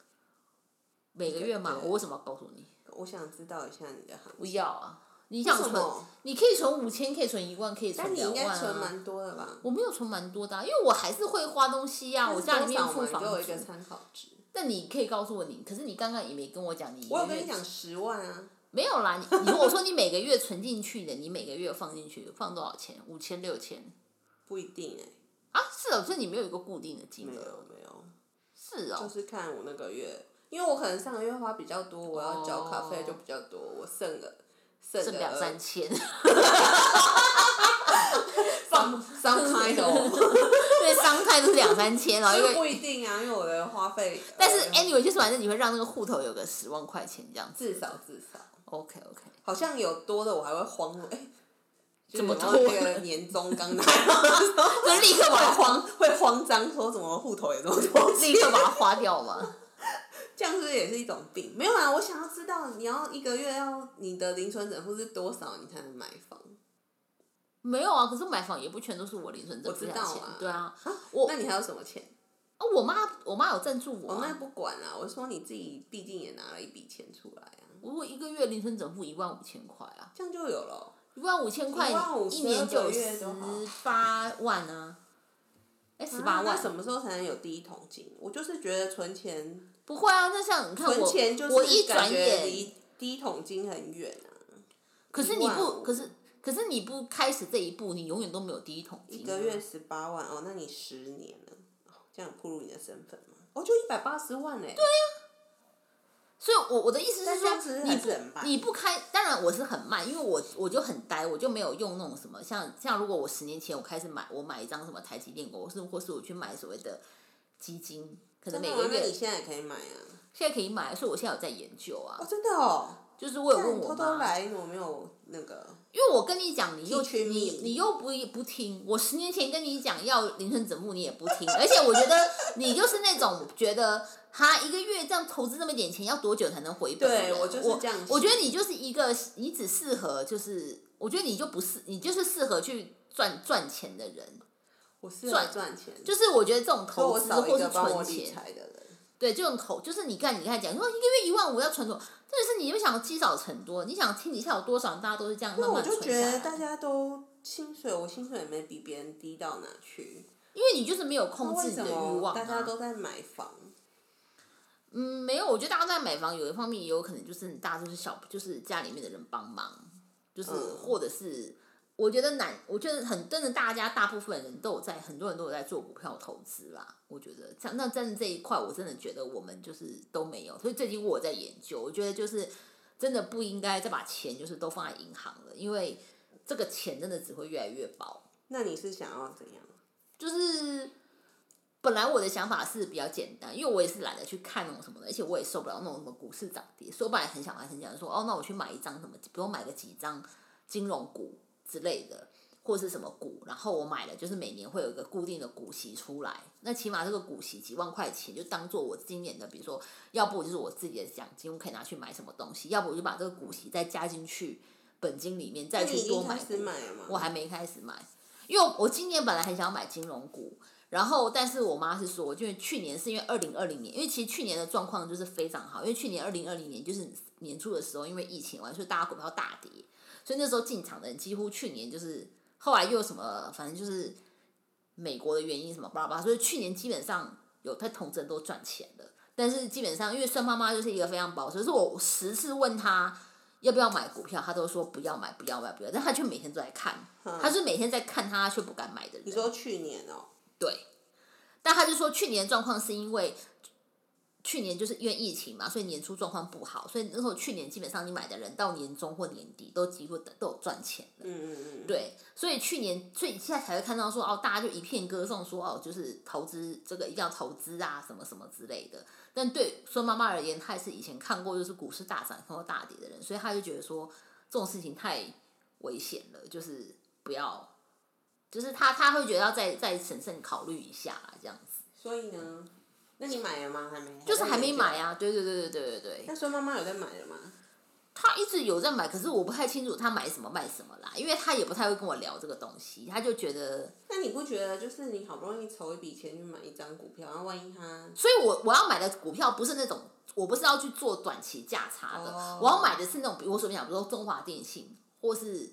Speaker 2: 每个月嘛，我为什么要告诉你？
Speaker 1: 我想知道一下你的行
Speaker 2: 不
Speaker 1: 情。
Speaker 2: 要啊！你想
Speaker 1: 为什
Speaker 2: 存
Speaker 1: 么，
Speaker 2: 你可以存五千，可以存一万，可以存
Speaker 1: 但你
Speaker 2: 两
Speaker 1: 应
Speaker 2: 万
Speaker 1: 该
Speaker 2: 啊。
Speaker 1: 存蛮多的吧？
Speaker 2: 我没有存蛮多的啊、因为我还是会花东西呀、啊，我家里面有付
Speaker 1: 多少嘛
Speaker 2: 房
Speaker 1: 你给我一个
Speaker 2: 租。
Speaker 1: 参考值。
Speaker 2: 但你可以告诉我你，可是你刚刚也没跟我讲你一个
Speaker 1: 我
Speaker 2: 月。
Speaker 1: 有跟你讲十万啊，
Speaker 2: 没有啦，你你如果说你每个月存进去的，你每个月放进去放多少钱？五千六千
Speaker 1: 不一定哎、
Speaker 2: 啊？是哦，所以你没有一个固定的金
Speaker 1: 没有
Speaker 2: 额。
Speaker 1: 没有，
Speaker 2: 是
Speaker 1: 就
Speaker 2: 哦，
Speaker 1: 是看我那个月，因为我可能上个月花比较多，我要交卡费就比较多，我剩了剩呃
Speaker 2: 哦剩
Speaker 1: 了
Speaker 2: 两三千。 <laughs>
Speaker 1: some
Speaker 2: <laughs>
Speaker 1: some kind of，
Speaker 2: 对，伤害都是两三千
Speaker 1: <laughs>
Speaker 2: 哦，因
Speaker 1: 这
Speaker 2: 为
Speaker 1: 哦不一定啊，因为我的花费，
Speaker 2: 但是
Speaker 1: 呃
Speaker 2: anyway 就是反正你会让那个户头有个十万块钱这样子。
Speaker 1: 至少至少
Speaker 2: OK
Speaker 1: <laughs>
Speaker 2: OK，
Speaker 1: 好像有多的我还会慌，哎、就
Speaker 2: 怎
Speaker 1: 是
Speaker 2: 么
Speaker 1: 有没有
Speaker 2: 多
Speaker 1: 那个年终刚拿到的时候，
Speaker 2: 就立刻把
Speaker 1: 会
Speaker 2: 它花，
Speaker 1: 慌会慌张，说怎么户头有这么多
Speaker 2: <laughs> 立刻把它花掉嘛。
Speaker 1: 这样是不是也是一种病？没有啊，我想要知道你要一个月要你的零存整付是多少，你才能买房？
Speaker 2: <laughs> 没有啊，可是买房也不全都是我零存
Speaker 1: 我
Speaker 2: 整付
Speaker 1: 知
Speaker 2: 下
Speaker 1: 道
Speaker 2: 钱
Speaker 1: 啊，，
Speaker 2: 对啊，我
Speaker 1: 我那你还有什么钱？
Speaker 2: 啊，我妈我妈有赞助我、
Speaker 1: 我那
Speaker 2: 啊，
Speaker 1: 不管啊，我说你自己毕竟也拿了一笔钱出来啊，
Speaker 2: 我我一个月零存整付一万五千块啊，
Speaker 1: 这样就有了。
Speaker 2: 一万五千块
Speaker 1: 15,000
Speaker 2: 一年
Speaker 1: 12
Speaker 2: 就
Speaker 1: 个
Speaker 2: 十
Speaker 1: 月就好
Speaker 2: 八万啊，哎十八
Speaker 1: 啊
Speaker 2: 万、
Speaker 1: 那什么时候才能有第一桶金？我就是觉得存钱，
Speaker 2: 不会啊，那像你看
Speaker 1: 存
Speaker 2: 我
Speaker 1: 钱就是
Speaker 2: 我一
Speaker 1: 感
Speaker 2: 转
Speaker 1: 觉
Speaker 2: 眼，
Speaker 1: 离第一桶金很远啊。
Speaker 2: 可是你
Speaker 1: 15,000
Speaker 2: 不可是可是你不开始这一步，你永远都没有第一桶金、啊。
Speaker 1: 一个月十八万哦，那你十年了，哦这样暴露你的身份吗？哦，就一百八十万嘞、对啊，
Speaker 2: 所以我，我的意思
Speaker 1: 但
Speaker 2: 是
Speaker 1: 这样子
Speaker 2: 说，
Speaker 1: 还
Speaker 2: 你
Speaker 1: 是很慢
Speaker 2: 不你不开，当然我是很慢，因为我我就很呆，我就没有用那种什么像像如果我十年前我开始买，我买一张什么台积电股，或是或是我去买所谓的基金，可能每
Speaker 1: 那
Speaker 2: 个月
Speaker 1: 你现在也可以买啊。
Speaker 2: 现在可以买，所以我现在有在研究啊
Speaker 1: 哦，，真的哦。
Speaker 2: 就是我有
Speaker 1: 那
Speaker 2: 问
Speaker 1: 你
Speaker 2: 我
Speaker 1: 偷偷
Speaker 2: 妈，
Speaker 1: 来，我没有那个。
Speaker 2: 因为我跟你讲，你又
Speaker 1: Teach me
Speaker 2: 你你又不不听，我十年前跟你讲要凌晨整木，你也不听， <laughs> 而且我觉得你就是那种觉得他一个月这样投资这么一点钱，要多久才能回本的人？
Speaker 1: 对我就是这样
Speaker 2: 我
Speaker 1: 想
Speaker 2: 觉得你就是一个，你只适合就是，我觉得你就不是，你就是适合去赚赚钱的人。
Speaker 1: 我是赚赚钱，就
Speaker 2: 就是我觉得这种投
Speaker 1: 我
Speaker 2: 资
Speaker 1: 少
Speaker 2: 或
Speaker 1: 一
Speaker 2: 是
Speaker 1: 个帮我
Speaker 2: 存
Speaker 1: 理
Speaker 2: 钱，
Speaker 1: 财的人。
Speaker 2: 对这种投，就是你看你刚才讲说哦一个月一万五要存多，这就是你就想积少成多，你想听你下有多少，大家都是这样慢
Speaker 1: 我
Speaker 2: 慢
Speaker 1: 就
Speaker 2: 存
Speaker 1: 觉
Speaker 2: 下
Speaker 1: 得
Speaker 2: 来。
Speaker 1: 大家都薪水，我薪水也没比别人低到哪去。
Speaker 2: 因为你就是没有控
Speaker 1: 那
Speaker 2: 制
Speaker 1: 为
Speaker 2: 你
Speaker 1: 什
Speaker 2: 的欲
Speaker 1: 么
Speaker 2: 望、啊，
Speaker 1: 大家都在买房？
Speaker 2: 嗯，没有，我觉得大家在买房有一方面也有可能就是大家都是小，就是家里面的人帮忙，就是、
Speaker 1: 嗯
Speaker 2: 或者是我觉得难，我觉得很真的，大家大部分人都有在，很多人都有在做股票投资啦。我觉得像那真的这一块，我真的觉得我们就是都没有，所以最近我有在研究，我觉得就是真的不应该再把钱就是都放在银行了，因为这个钱真的只会越来越薄。
Speaker 1: 那你是想要怎样？
Speaker 2: 就是本来我的想法是比较简单，因为我也是懒得去看那种什么的，而且我也受不了那种什么股市涨跌。说白了，很想很想说，哦，那我去买一张什么，比如买个几张金融股之类的，或是什么股，然后我买了，就是每年会有一个固定的股息出来，那起码这个股息几万块钱，就当做我今年的，比如说，要不就是我自己的奖金，我可以拿去买什么东西，要不我就把这个股息再加进去本金里面，再
Speaker 1: 那你
Speaker 2: 去
Speaker 1: 已
Speaker 2: 多
Speaker 1: 经
Speaker 2: 买
Speaker 1: 开始
Speaker 2: 股。
Speaker 1: 买了吗？
Speaker 2: 我还没开始买，因为我今年本来很想要买金融股，然后但是我妈是说，就是去年是因为二零二零年，因为其实去年的状况就是非常好，因为去年二零二零年就是年初的时候，因为疫情完，所以大家股票大跌，所以那时候进场的人几乎去年就是后来又有什么，反正就是美国的原因什么巴拉巴拉，所以去年基本上有在同真都赚钱了。但是基本上，因为孙妈妈就是一个非常保守，就是我十次问她要不要买股票，她都说不要买，不要买，不要。但她却每天都在看，她是每天在看，她却不敢买的人。
Speaker 1: 嗯你说去年哦、
Speaker 2: 对，但他就说去年的状况是因为去年就是因为疫情嘛，所以年初状况不好，所以那时候去年基本上你买的人到年终或年底都几乎都有赚钱了。
Speaker 1: 嗯嗯嗯，
Speaker 2: 对，所以去年，所以现在才会看到说哦，大家就一片歌颂说哦，就是投资这个一定要投资啊，什么什么之类的。但对孙妈妈而言，她也是以前看过就是股市大涨、看过大跌的人，所以她就觉得说这种事情太危险了，就是不要，就是她她会觉得要再再审慎考虑一下啊这样子，
Speaker 1: 所以呢，那你买了吗？还没，
Speaker 2: 就是还没买
Speaker 1: 啊。
Speaker 2: 啊，对对对对对对对。
Speaker 1: 那孙妈妈有在买了吗？
Speaker 2: 他一直有在买，可是我不太清楚他买什么卖什么啦，因为他也不太会跟我聊这个东西，他就觉得
Speaker 1: 那你不觉得就是你好不容易筹一笔钱去买一张股票，然后万一它
Speaker 2: 所以我我要买的股票不是那种，我不是要去做短期价差的，
Speaker 1: 哦
Speaker 2: 我要买的是那种，比如我随便讲，比如说中华电信或是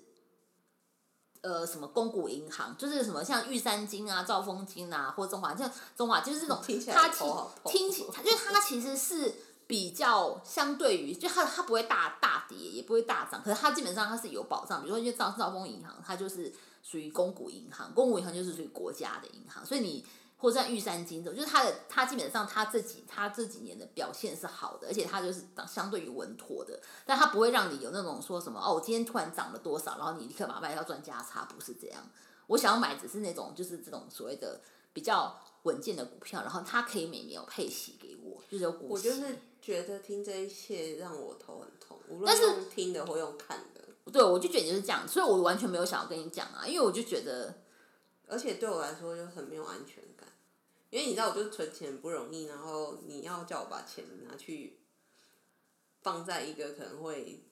Speaker 2: 呃什么公股银行，就是什么像玉山金啊、兆丰金啊，或中华像中华就是这种
Speaker 1: 听起，来
Speaker 2: 它
Speaker 1: 头好痛
Speaker 2: 其听起，它就是它其实是。比较相对于，就它它不会大大跌，也不会大涨，可是它基本上它是有保障。比如说，因为兆兆丰银行，它就是属于公股银行，公股银行就是属于国家的银行，所以你或者像玉山金这种，就是它的它基本上它这几它这几年的表现是好的，而且它就是相对于稳妥的，但它不会让你有那种说什么哦，我今天突然涨了多少，然后你立刻把它卖掉赚价差，不是这样。我想要买只是那种就是这种所谓的比较稳健的股票，然后它可以每年有配息给我，就是有股
Speaker 1: 我
Speaker 2: 息。
Speaker 1: 就是觉得听这一切让我头很痛，无
Speaker 2: 但
Speaker 1: 论
Speaker 2: 是
Speaker 1: 用听的或用看的，
Speaker 2: 对，我就觉得就是这样，所以我完全没有想要跟你讲啊，因为我就觉得
Speaker 1: 而且对我来说就很没有安全感，因为你知道，我就是存钱不容易，然后你要叫我把钱拿去放在一个可能会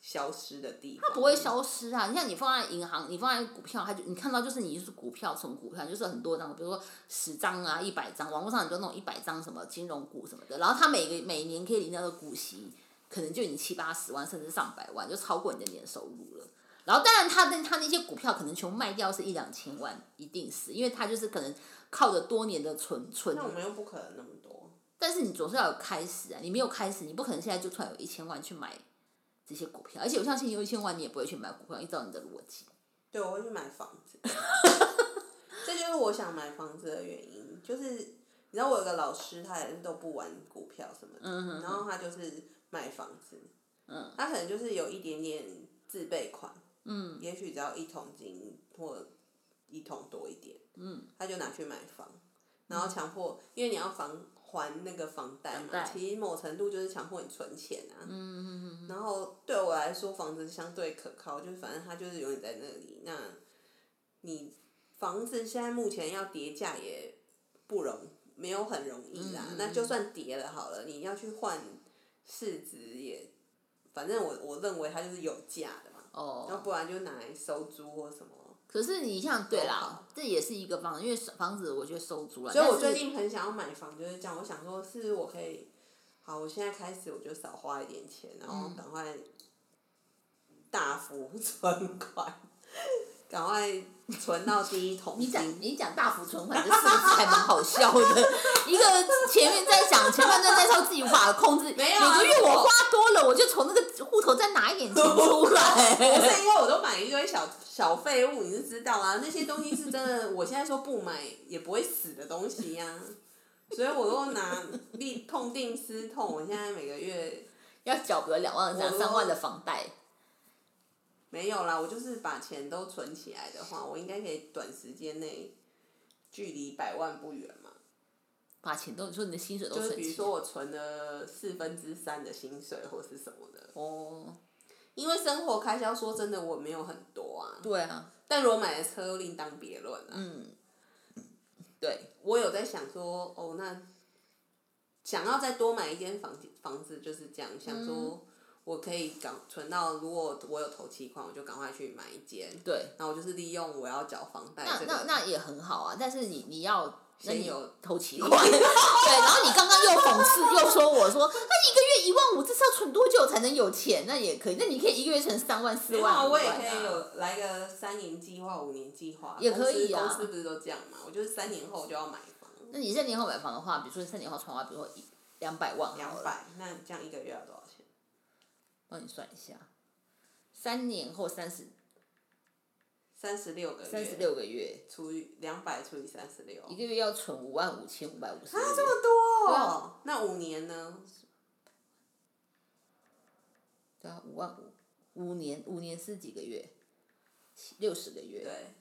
Speaker 1: 消失的地方，
Speaker 2: 它不会消失啊！你像你放在银行，你放在股票，它就你看到就是你就是股票存股票，就是很多张，比如说十张啊、一百张，网络上很多那种一百张什么金融股什么的，然后它每个每年可以领到的股息，可能就已经七八十万甚至上百万，就超过你的年收入了。然后当然它那它那些股票可能全部卖掉是一两千万，一定是因为它就是可能靠着多年的存存
Speaker 1: 那我们又不可能那么多。
Speaker 2: 但是你总是要有开始啊，你没有开始，你不可能现在就突然有一千万去买这些股票，而且我相信你有一千万，你也不会去买股票，依照你的逻辑。
Speaker 1: 对，我会去买房子。这就是我想买房子的原因，就是你知道我有个老师，他也是都不玩股票什么的，然后他就是买房子，
Speaker 2: 嗯
Speaker 1: 他可能就是有一点点自备款，嗯，也许只要一桶金或一桶多一点，嗯，他就拿去买房，然后强迫，因为你要房还那个房贷
Speaker 2: 贷
Speaker 1: 嘛，其实某程度就是强迫你存钱啊，然后对我来说，房子相对可靠，就是反正它就是永远在那里。那你房子现在目前要叠价也不容，没有很容易
Speaker 2: 嗯
Speaker 1: 啦。那就算叠了好了，你要去换市值也，反正我我认为它就是有价的嘛。要
Speaker 2: 哦，
Speaker 1: 不然就拿来收租或什么。
Speaker 2: 可是你像对
Speaker 1: 都
Speaker 2: 啦
Speaker 1: 哦好，
Speaker 2: 这也是一个方法，因为房子我觉得收租了，
Speaker 1: 所以我
Speaker 2: 但
Speaker 1: 最
Speaker 2: 是
Speaker 1: 近很想要买房，就是这样。我想说，是不是我可以，好，我现在开始我就少花一点 <laughs>
Speaker 2: 嗯
Speaker 1: 钱，然后赶快大幅存款，赶快存到第一桶
Speaker 2: 你讲
Speaker 1: 金。
Speaker 2: 你讲大幅存款这四个字还蛮好笑的，一个前面在讲前半段在说自己无法控制，
Speaker 1: 没有啊
Speaker 2: 每个月我花多了，我就从那个户头再拿一点钱出
Speaker 1: 不
Speaker 2: 来。 <laughs>
Speaker 1: 是因为我都买一堆小小废物，你是知道啊，那些东西是真的，我现在说不买也不会死的东西呀、所以我都拿力痛定思痛，我现在每个月
Speaker 2: 要缴比如两万、两三万的房贷，
Speaker 1: 没有啦，我就是把钱都存起来的话，我应该可以短时间内距离百万不远嘛。
Speaker 2: 把钱都你说你的薪水都
Speaker 1: 就是
Speaker 2: 存
Speaker 1: 比如
Speaker 2: 起
Speaker 1: 说
Speaker 2: 来。
Speaker 1: 我存了四分之三的薪水或是什么的，
Speaker 2: 哦，
Speaker 1: 因为生活开销说真的我没有很多啊，
Speaker 2: 对啊，
Speaker 1: 但如果买了车又另当别论啊。
Speaker 2: 嗯，对，
Speaker 1: 我有在想说，哦，那想要再多买一间房子房子就是这样，想说我可以赶存到，如果我有头期款，我就赶快去买一间。
Speaker 2: 对，
Speaker 1: 然后我就是利用我要缴房贷
Speaker 2: 那
Speaker 1: 这
Speaker 2: 那
Speaker 1: 个，
Speaker 2: 那也很好啊，但是你你要。那
Speaker 1: 先
Speaker 2: 你
Speaker 1: 有
Speaker 2: 投期
Speaker 1: <laughs>
Speaker 2: 款，对，然后你刚刚又讽刺又说我说，那一个月一万五，这是要存多久才能有钱？那也可以，那你可以一个月存三万、四
Speaker 1: 没有
Speaker 2: 万、
Speaker 1: 啊，
Speaker 2: 五
Speaker 1: 我
Speaker 2: 万
Speaker 1: 也
Speaker 2: 啊
Speaker 1: 可以有来个三年计划、五年计划，
Speaker 2: 也可以啊
Speaker 1: 公司公司不是都这样嘛？我就是三年后就要买房，
Speaker 2: 那你三年后买房的话，比如说三年后存花，比如说一两百万好
Speaker 1: 两
Speaker 2: 了，
Speaker 1: 百，那这样一个月要多少钱？
Speaker 2: 帮你算一下，三年后三十
Speaker 1: 三十六个月，
Speaker 2: 三十六个月，
Speaker 1: 除以两百除以三十六，啊，
Speaker 2: 一个月要存五万五千五百五十，
Speaker 1: 啊这么多、
Speaker 2: 对
Speaker 1: 哦
Speaker 2: 啊，
Speaker 1: 那五年呢？
Speaker 2: 对啊，五万五，五年五年是几个月？六十个月，
Speaker 1: 对。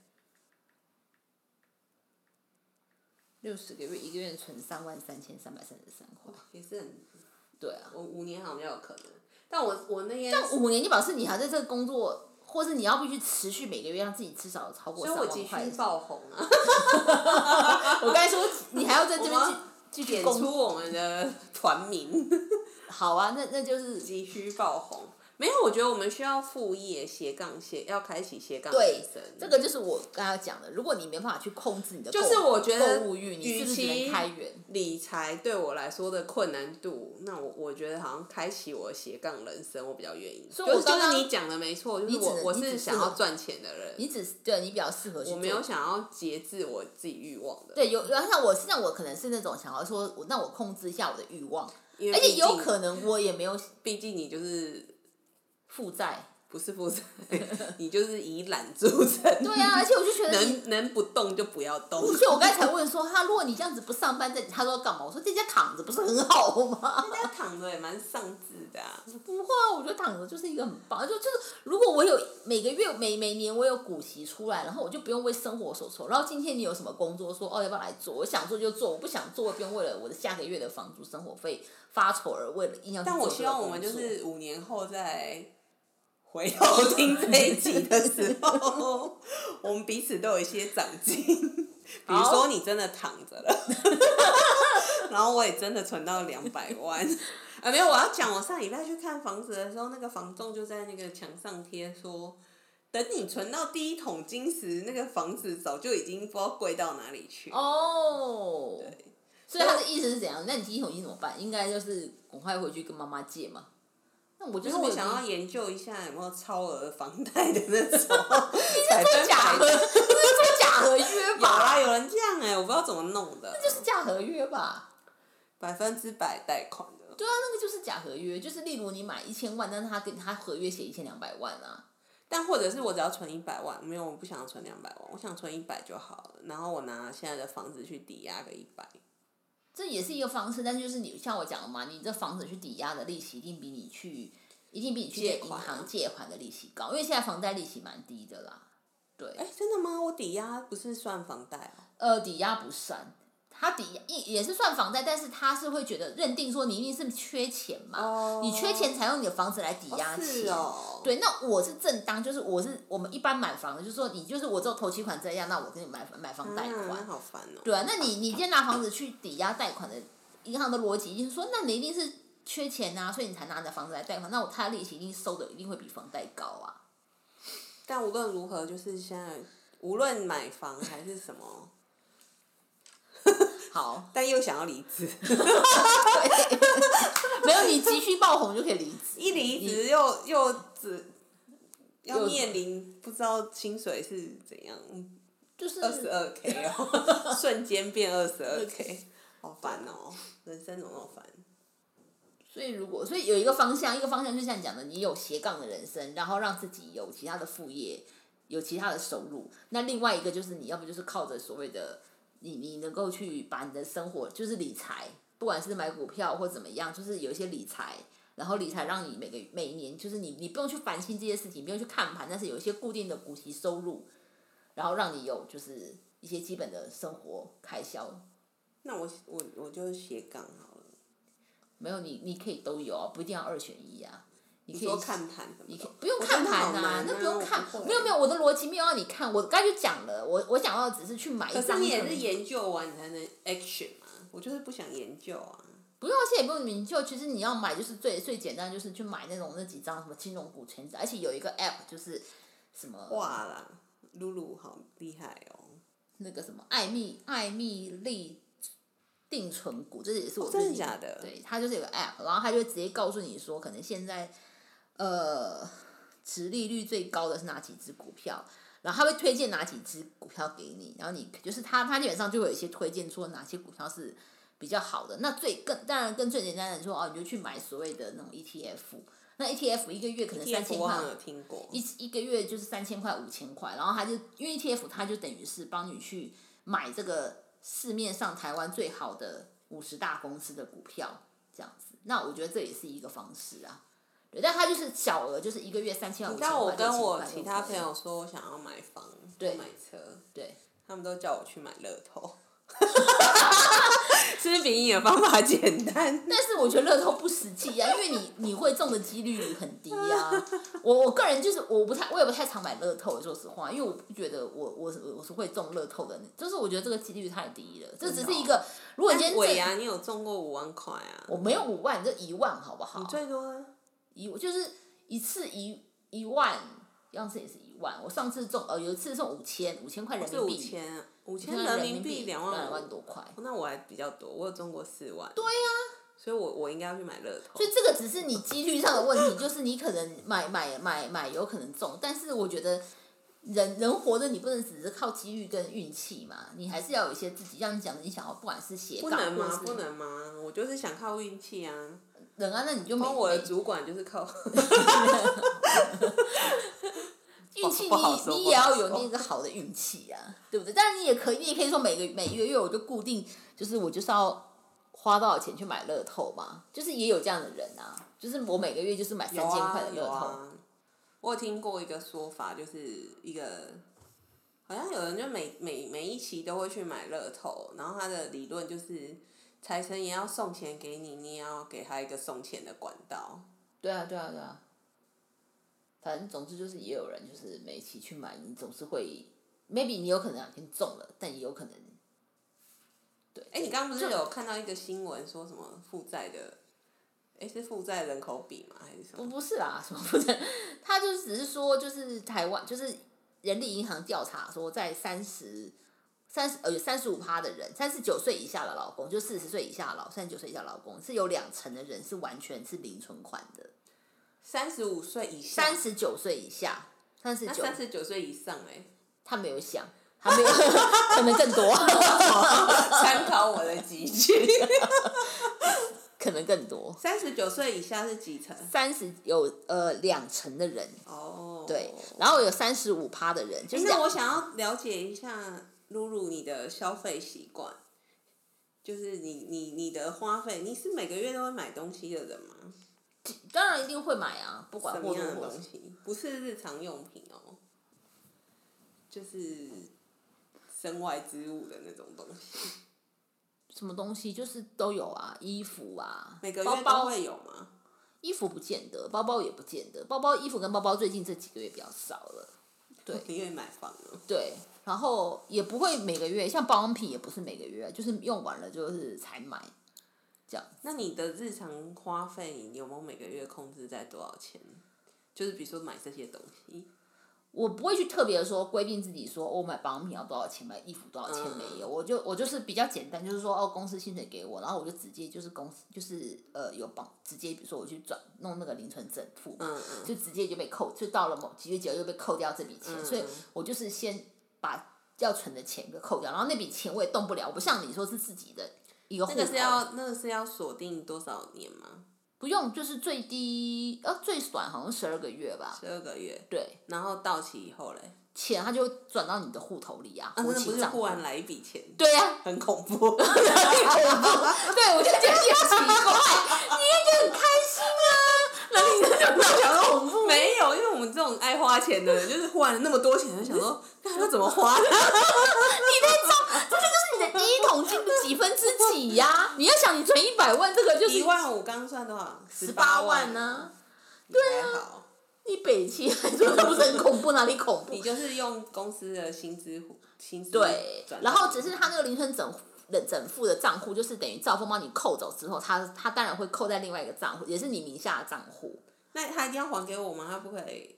Speaker 2: 六十个月一个月存三万三千三百三十三块，
Speaker 1: 也是很，
Speaker 2: 对啊，
Speaker 1: 我五年好像比较有可能。但我我那天，
Speaker 2: 但五年就表示你还在这个工作，或是你要必须持续每个月让自己至少超过
Speaker 1: 所以
Speaker 2: 三
Speaker 1: 我
Speaker 2: 万
Speaker 1: 急
Speaker 2: 块
Speaker 1: 需
Speaker 2: 以上。
Speaker 1: 爆红啊，
Speaker 2: 我刚才说你还要在这
Speaker 1: 我
Speaker 2: 边
Speaker 1: 们
Speaker 2: 去去
Speaker 1: 点
Speaker 2: 工
Speaker 1: 出我们的团
Speaker 2: <laughs>
Speaker 1: 名，
Speaker 2: 好啊，那那就是
Speaker 1: 急需爆红。没有，我觉得我们需要副业斜杠斜，要开启斜杠
Speaker 2: 对
Speaker 1: 人生。，
Speaker 2: 这个就是我刚才讲的。如果你没办法去控制你的购，
Speaker 1: 就是我觉得
Speaker 2: 购物欲，你
Speaker 1: 与
Speaker 2: 是不是只
Speaker 1: 其
Speaker 2: 能开源？
Speaker 1: 理财对我来说的困难度，那我我觉得好像开启我的斜杠人生，我比较愿意。
Speaker 2: 所以
Speaker 1: 就
Speaker 2: 我
Speaker 1: 是
Speaker 2: 刚
Speaker 1: 就
Speaker 2: 刚
Speaker 1: 是你讲的没错，就是
Speaker 2: 你只
Speaker 1: 我
Speaker 2: 能
Speaker 1: 我
Speaker 2: 你只
Speaker 1: 是
Speaker 2: 是
Speaker 1: 想要赚钱的
Speaker 2: 你
Speaker 1: 人，
Speaker 2: 只是对你比较适合去
Speaker 1: 我
Speaker 2: 做。
Speaker 1: 没有想要节制我自己欲望的。
Speaker 2: 对有，然后像我是像我可能是那种想要说，我那我控制一下我的欲望，
Speaker 1: 因为
Speaker 2: 而且
Speaker 1: 毕
Speaker 2: 有
Speaker 1: 竟
Speaker 2: 可能我也没有
Speaker 1: 毕竟你就是
Speaker 2: 负债。
Speaker 1: 不是负债，你就是以懒著称。
Speaker 2: <laughs> 对啊，而且我就觉得你。
Speaker 1: 能能不动就不要动。
Speaker 2: 所以我刚才才问说他，如果你这样子不上班，在他说要干嘛？我说在家躺着不是很好吗？ <laughs>
Speaker 1: 大家躺着也蛮上智的、啊，
Speaker 2: 不会啊，我觉得躺着就是一个很棒，就就是如果我有每个月每每年我有股息出来，然后我就不用为生活所愁。然后今天你有什么工作说哦要不要来做？我想做就做，我不想做，我不用为了我的下个月的房租生活费发愁而为了硬要去
Speaker 1: 但我
Speaker 2: 做这
Speaker 1: 希
Speaker 2: 个
Speaker 1: 望我们
Speaker 2: 工
Speaker 1: 就
Speaker 2: 作
Speaker 1: 是五年后再回头听这一集的时候，我们彼此都有一些长进。比如说你真的躺着了，然后我也真的存到两百万。啊，没有，我要讲，我上礼拜去看房子的时候，那个房仲就在那个墙上贴说，等你存到第一桶金时，那个房子早就已经不知道贵到哪里去。
Speaker 2: 哦，
Speaker 1: 对，
Speaker 2: 所以他的意思是怎样？那你第一桶金怎么办？应该就是赶快回去跟妈妈借嘛。那我
Speaker 1: 就
Speaker 2: 就
Speaker 1: 是是
Speaker 2: 没
Speaker 1: 我
Speaker 2: 有
Speaker 1: 想
Speaker 2: 第一
Speaker 1: 要研究一下有没有超额房贷的那种，
Speaker 2: <laughs> 这
Speaker 1: 百
Speaker 2: 是
Speaker 1: 分
Speaker 2: 假
Speaker 1: 百
Speaker 2: 合，这是做假合约
Speaker 1: <laughs> 有
Speaker 2: 吧？
Speaker 1: 啦，有人这样哎、我不知道怎么弄的，
Speaker 2: 这是假合约吧？
Speaker 1: 百分之百贷款的。
Speaker 2: 对啊，那个就是假合约，就是例如你买一千万，但是他跟他合约写一千两百万啊。
Speaker 1: 但或者是我只要存一百万，没有，我不想要存两百万，我想存一百就好了。然后我拿现在的房子去抵押个一百，
Speaker 2: 这也是一个方式，但是就是你像我讲的嘛，你这房子去抵押的利息一定比你去，一定比你去
Speaker 1: 借
Speaker 2: 银
Speaker 1: 款啊
Speaker 2: 行借款的利息高，因为现在房贷利息蛮低的啦。对，
Speaker 1: 哎、真的吗？我抵押不是算房贷哦、
Speaker 2: 呃，抵押不算，他抵押也也是算房贷，但是他是会觉得认定说你一定是缺钱嘛，
Speaker 1: 哦
Speaker 2: 你缺钱才用你的房子来抵押钱。
Speaker 1: 是哦、
Speaker 2: 对，那我是正当，就是我是我们一般买房的，就是说你就是我只有头期款这样，那我跟你买买房
Speaker 1: 啊，
Speaker 2: 贷款，
Speaker 1: 那好烦哦、
Speaker 2: 对啊，那你你今天拿房子去抵押贷款的银行的逻辑，就是说，那你一定是缺钱啊，所以你才拿你的房子来贷款，那我他的利息一定收的一定会比房贷高啊。
Speaker 1: 但无论如何，就是现在无论买房还是什么，
Speaker 2: 好，
Speaker 1: 但又想要离职，
Speaker 2: 没有你急需爆红就可以离职，
Speaker 1: 一离职又又只要
Speaker 2: 有
Speaker 1: 面临不知道薪水是怎样，
Speaker 2: 嗯就是
Speaker 1: 二十二 k
Speaker 2: <laughs>
Speaker 1: 哦，瞬间变二十二 k，好烦哦，人生怎么那么烦？
Speaker 2: 所以如果所以有一个方向，一个方向就像你讲的，你有斜杠的人生，然后让自己有其他的副业，有其他的收入。那另外一个就是你要不就是靠着所谓的你你能够去把你的生活就是理财，不管是买股票或怎么样，就是有一些理财。然后理财让你每个每年就是你你不用去烦心这些事情，不用去看盘，但是有一些固定的股息收入，然后让你有就是一些基本的生活开销，
Speaker 1: 那我我我就斜杠好了，
Speaker 2: 没有你，你可以都有啊，不一定要二选一啊。你可
Speaker 1: 你说
Speaker 2: 以，
Speaker 1: 看盘什么
Speaker 2: 你可以
Speaker 1: 的，
Speaker 2: 不用
Speaker 1: 我
Speaker 2: 看
Speaker 1: 真的好
Speaker 2: 盘呐、
Speaker 1: 难
Speaker 2: 那
Speaker 1: 啊
Speaker 2: 不用
Speaker 1: 我
Speaker 2: 看
Speaker 1: 不。会
Speaker 2: 没有没有，我的逻辑没有让你看，我刚才就讲了，我我讲到的只是去买一
Speaker 1: 可
Speaker 2: 张什
Speaker 1: 是
Speaker 2: 么。
Speaker 1: 你也是研究完你才能 action 嘛，我就是不想研究啊。
Speaker 2: 不用，而且也不用明就，其实你要买就是最最简单，就是去买那种那几张什么金融股权而且有一个 app 就是什么
Speaker 1: 哇啦，露露好厉害哦！
Speaker 2: 那个什么艾蜜艾蜜丽定存股，这也是我
Speaker 1: 哦真的
Speaker 2: 最近
Speaker 1: 假的
Speaker 2: 对，它就是有个 app，然后它就会直接告诉你说，可能现在呃，值利率最高的是哪几只股票，然后它会推荐哪几只股票给你，然后你就是它它基本上就会有一些推荐，说哪些股票是比较好的。那最更当然更最简单的说哦，你就去买所谓的那种 ETF，那 ETF 一个月可能三
Speaker 1: ETF
Speaker 2: 千
Speaker 1: E 我
Speaker 2: 块
Speaker 1: 好像有听过，
Speaker 2: 一一个月就是三千块、五千块，然后他就因为 ETF，它就等于是帮你去买这个市面上台湾最好的五十大公司的股票这样子。那我觉得这也是一个方式啊，对，但它就是小额，就是一个月三千
Speaker 1: 你
Speaker 2: 块、五
Speaker 1: 知
Speaker 2: 千
Speaker 1: 道我跟
Speaker 2: 块、
Speaker 1: 我
Speaker 2: 6000块
Speaker 1: 其他
Speaker 2: 都可
Speaker 1: 朋
Speaker 2: 以
Speaker 1: 友说我想要买房、
Speaker 2: 对
Speaker 1: 买车，
Speaker 2: 对，
Speaker 1: 他们都叫我去买乐透，
Speaker 2: <laughs>
Speaker 1: 是不是比你的方法简单？
Speaker 2: 但是我觉得乐透不实际啊，因为你你会中的几率很低啊。我我个人就是我不太我也不太常买乐透，说实话，因为我不觉得我我是我是会中乐透的，就是我觉得这个几率太低了。这只是一个，如果你今天
Speaker 1: 哦尾
Speaker 2: 哎这
Speaker 1: 啊牙你有中过五万块啊？
Speaker 2: 我没有五万，就一万好不好
Speaker 1: 你？最多啊
Speaker 2: 一就是一次一一万，上次也是一万。我上次中呃有一次中五千，五千块人
Speaker 1: 哦是
Speaker 2: 民
Speaker 1: 五
Speaker 2: 币，
Speaker 1: 千，五
Speaker 2: 五
Speaker 1: 千
Speaker 2: 千
Speaker 1: 人
Speaker 2: 民
Speaker 1: 民币两万
Speaker 2: 两
Speaker 1: 五
Speaker 2: 万多啊块。
Speaker 1: 那我还比较多，我有中过四万。对呀、所以我我应该要去买乐透
Speaker 2: 所。以这个只是你几率上的问题，就是你可能买买买买有可能中，但是我觉得人人活着你不能只是靠机遇跟运气嘛，你还是要有一些自己，像你讲的，你想要不管是斜
Speaker 1: 不能
Speaker 2: 杠或
Speaker 1: 吗？不
Speaker 2: 者是
Speaker 1: 能吗？我就是想靠运气啊！
Speaker 2: 人啊，那你就没
Speaker 1: 光我的
Speaker 2: 没
Speaker 1: 主管就是靠
Speaker 2: 运气
Speaker 1: 不好
Speaker 2: 你
Speaker 1: 说
Speaker 2: 你
Speaker 1: 不
Speaker 2: 也
Speaker 1: 好
Speaker 2: 要有
Speaker 1: 说
Speaker 2: 那个好的运气啊，对不对？但是你也可以，你也可以说每个每个月我就固定，就是我就是要花多少钱去买乐透嘛，就是也有这样的人啊，就是我每个月就是买三
Speaker 1: 有
Speaker 2: 千
Speaker 1: 啊
Speaker 2: 块的乐
Speaker 1: 有
Speaker 2: 透，
Speaker 1: 啊。我有听过一个说法，就是一个好像有人就每每每一期都会去买乐透，然后他的理论就是财神爷要送钱给你，你也要给他一个送钱的管道。
Speaker 2: 对啊，对啊，对啊。反正总之就是也有人就是每期去买，你总是会，maybe 你有可能哪天中了，但也有可能，对。
Speaker 1: 哎、你刚刚不是
Speaker 2: 就
Speaker 1: 有看到一个新闻说什么负债的？哎、是负债人口比吗？还是什
Speaker 2: 不
Speaker 1: 么？
Speaker 2: 不是啦，什么不是？他就只是说，就是台湾，就是人力银行调查说，在三十三十呃有三十五趴的人，三十九岁以下的老公，就四十岁以下的老三十九岁以下的老公，是有两成的人是完全是零存款的，
Speaker 1: 三十五岁以下，
Speaker 2: 三十九岁以下，三十
Speaker 1: 那
Speaker 2: 九
Speaker 1: 三十九岁以上哎、
Speaker 2: 他没有想，他没有， <laughs> 可能更多。
Speaker 1: <laughs> 参考我的集句。
Speaker 2: 可能更多，
Speaker 1: <laughs> 三十九岁以下是几成？
Speaker 2: 三十有呃两成的人，
Speaker 1: 哦，
Speaker 2: 对，然后有三十五趴的人，就
Speaker 1: 其
Speaker 2: 是
Speaker 1: 实
Speaker 2: 两
Speaker 1: 我想要了解一下露露你的消费习惯，就是你你你的花费，你是每个月都会买东西的人吗？
Speaker 2: 当然一定会买啊，不
Speaker 1: 什
Speaker 2: 管
Speaker 1: 么
Speaker 2: 或
Speaker 1: 样的
Speaker 2: 多或
Speaker 1: 东
Speaker 2: 少。
Speaker 1: 西？不是日常用品哦，就是身外之物的那种东西，
Speaker 2: 什么东西就是都有啊，衣服啊，
Speaker 1: 每个
Speaker 2: 包
Speaker 1: 月都
Speaker 2: 包
Speaker 1: 会有吗？
Speaker 2: 衣服不见得，包包也不见得，包包衣服跟包包最近这几个月比较少了，
Speaker 1: <laughs>
Speaker 2: 对
Speaker 1: 你会买房了，
Speaker 2: 对，然后也不会每个月，像保养品也不是每个月，就是用完了就是才买，这样
Speaker 1: 那你的日常花费，你有没有每个月控制在多少钱？就是比如说买这些东西，
Speaker 2: 我不会去特别地说规定自己说，哦我买保养品要多少钱，买衣服多少钱
Speaker 1: 嗯
Speaker 2: 没有，我就我就是比较简单，就是说哦，公司薪水给我，然后我就直接就是公司就是呃有绑，直接比如说我去转弄那个零存整付嘛，
Speaker 1: 嗯嗯
Speaker 2: 就直接就被扣，就到了某几月几号又被扣掉这笔钱，
Speaker 1: 嗯
Speaker 2: 所以
Speaker 1: 嗯
Speaker 2: 我就是先把要存的钱给扣掉，然后那笔钱我也动不了，我不像你说是自己的一个户
Speaker 1: 那
Speaker 2: 头，
Speaker 1: 个是要那个是要锁定多少年吗？
Speaker 2: 不用就是最低呃最短好像十二个月吧，
Speaker 1: 十二个月，
Speaker 2: 对，
Speaker 1: 然后到期以后嘞，
Speaker 2: 钱它就会转到你的户头里啊，
Speaker 1: 啊，
Speaker 2: 活
Speaker 1: 那不
Speaker 2: 期
Speaker 1: 是
Speaker 2: 账户
Speaker 1: 忽然来一笔钱，
Speaker 2: 对呀、
Speaker 1: 很恐 <laughs> 怖。
Speaker 2: 对，我就觉得你很奇怪，啊
Speaker 1: 想说恐怖没有，因为我们这种爱花钱的人，就是忽然那么多钱，就想说，看要怎么 <laughs> 花的。
Speaker 2: 你的第一桶金的几分之几呀、你要想你存一百万，这个就是
Speaker 1: 一万五刚算多少？
Speaker 2: 十
Speaker 1: 八
Speaker 2: 八万呢、
Speaker 1: 对还好，
Speaker 2: 你北齐来说这不是很恐怖，哪里恐
Speaker 1: 你
Speaker 2: 怖？
Speaker 1: 就是用公司的薪资户薪资
Speaker 2: 对
Speaker 1: 转，
Speaker 2: 然后只是他那个零存整整整付的账户，就是等于兆丰帮你扣走之后，他他当然会扣在另外一个账户，也是你名下的账户。
Speaker 1: 那他一定要还给我吗？他不可以，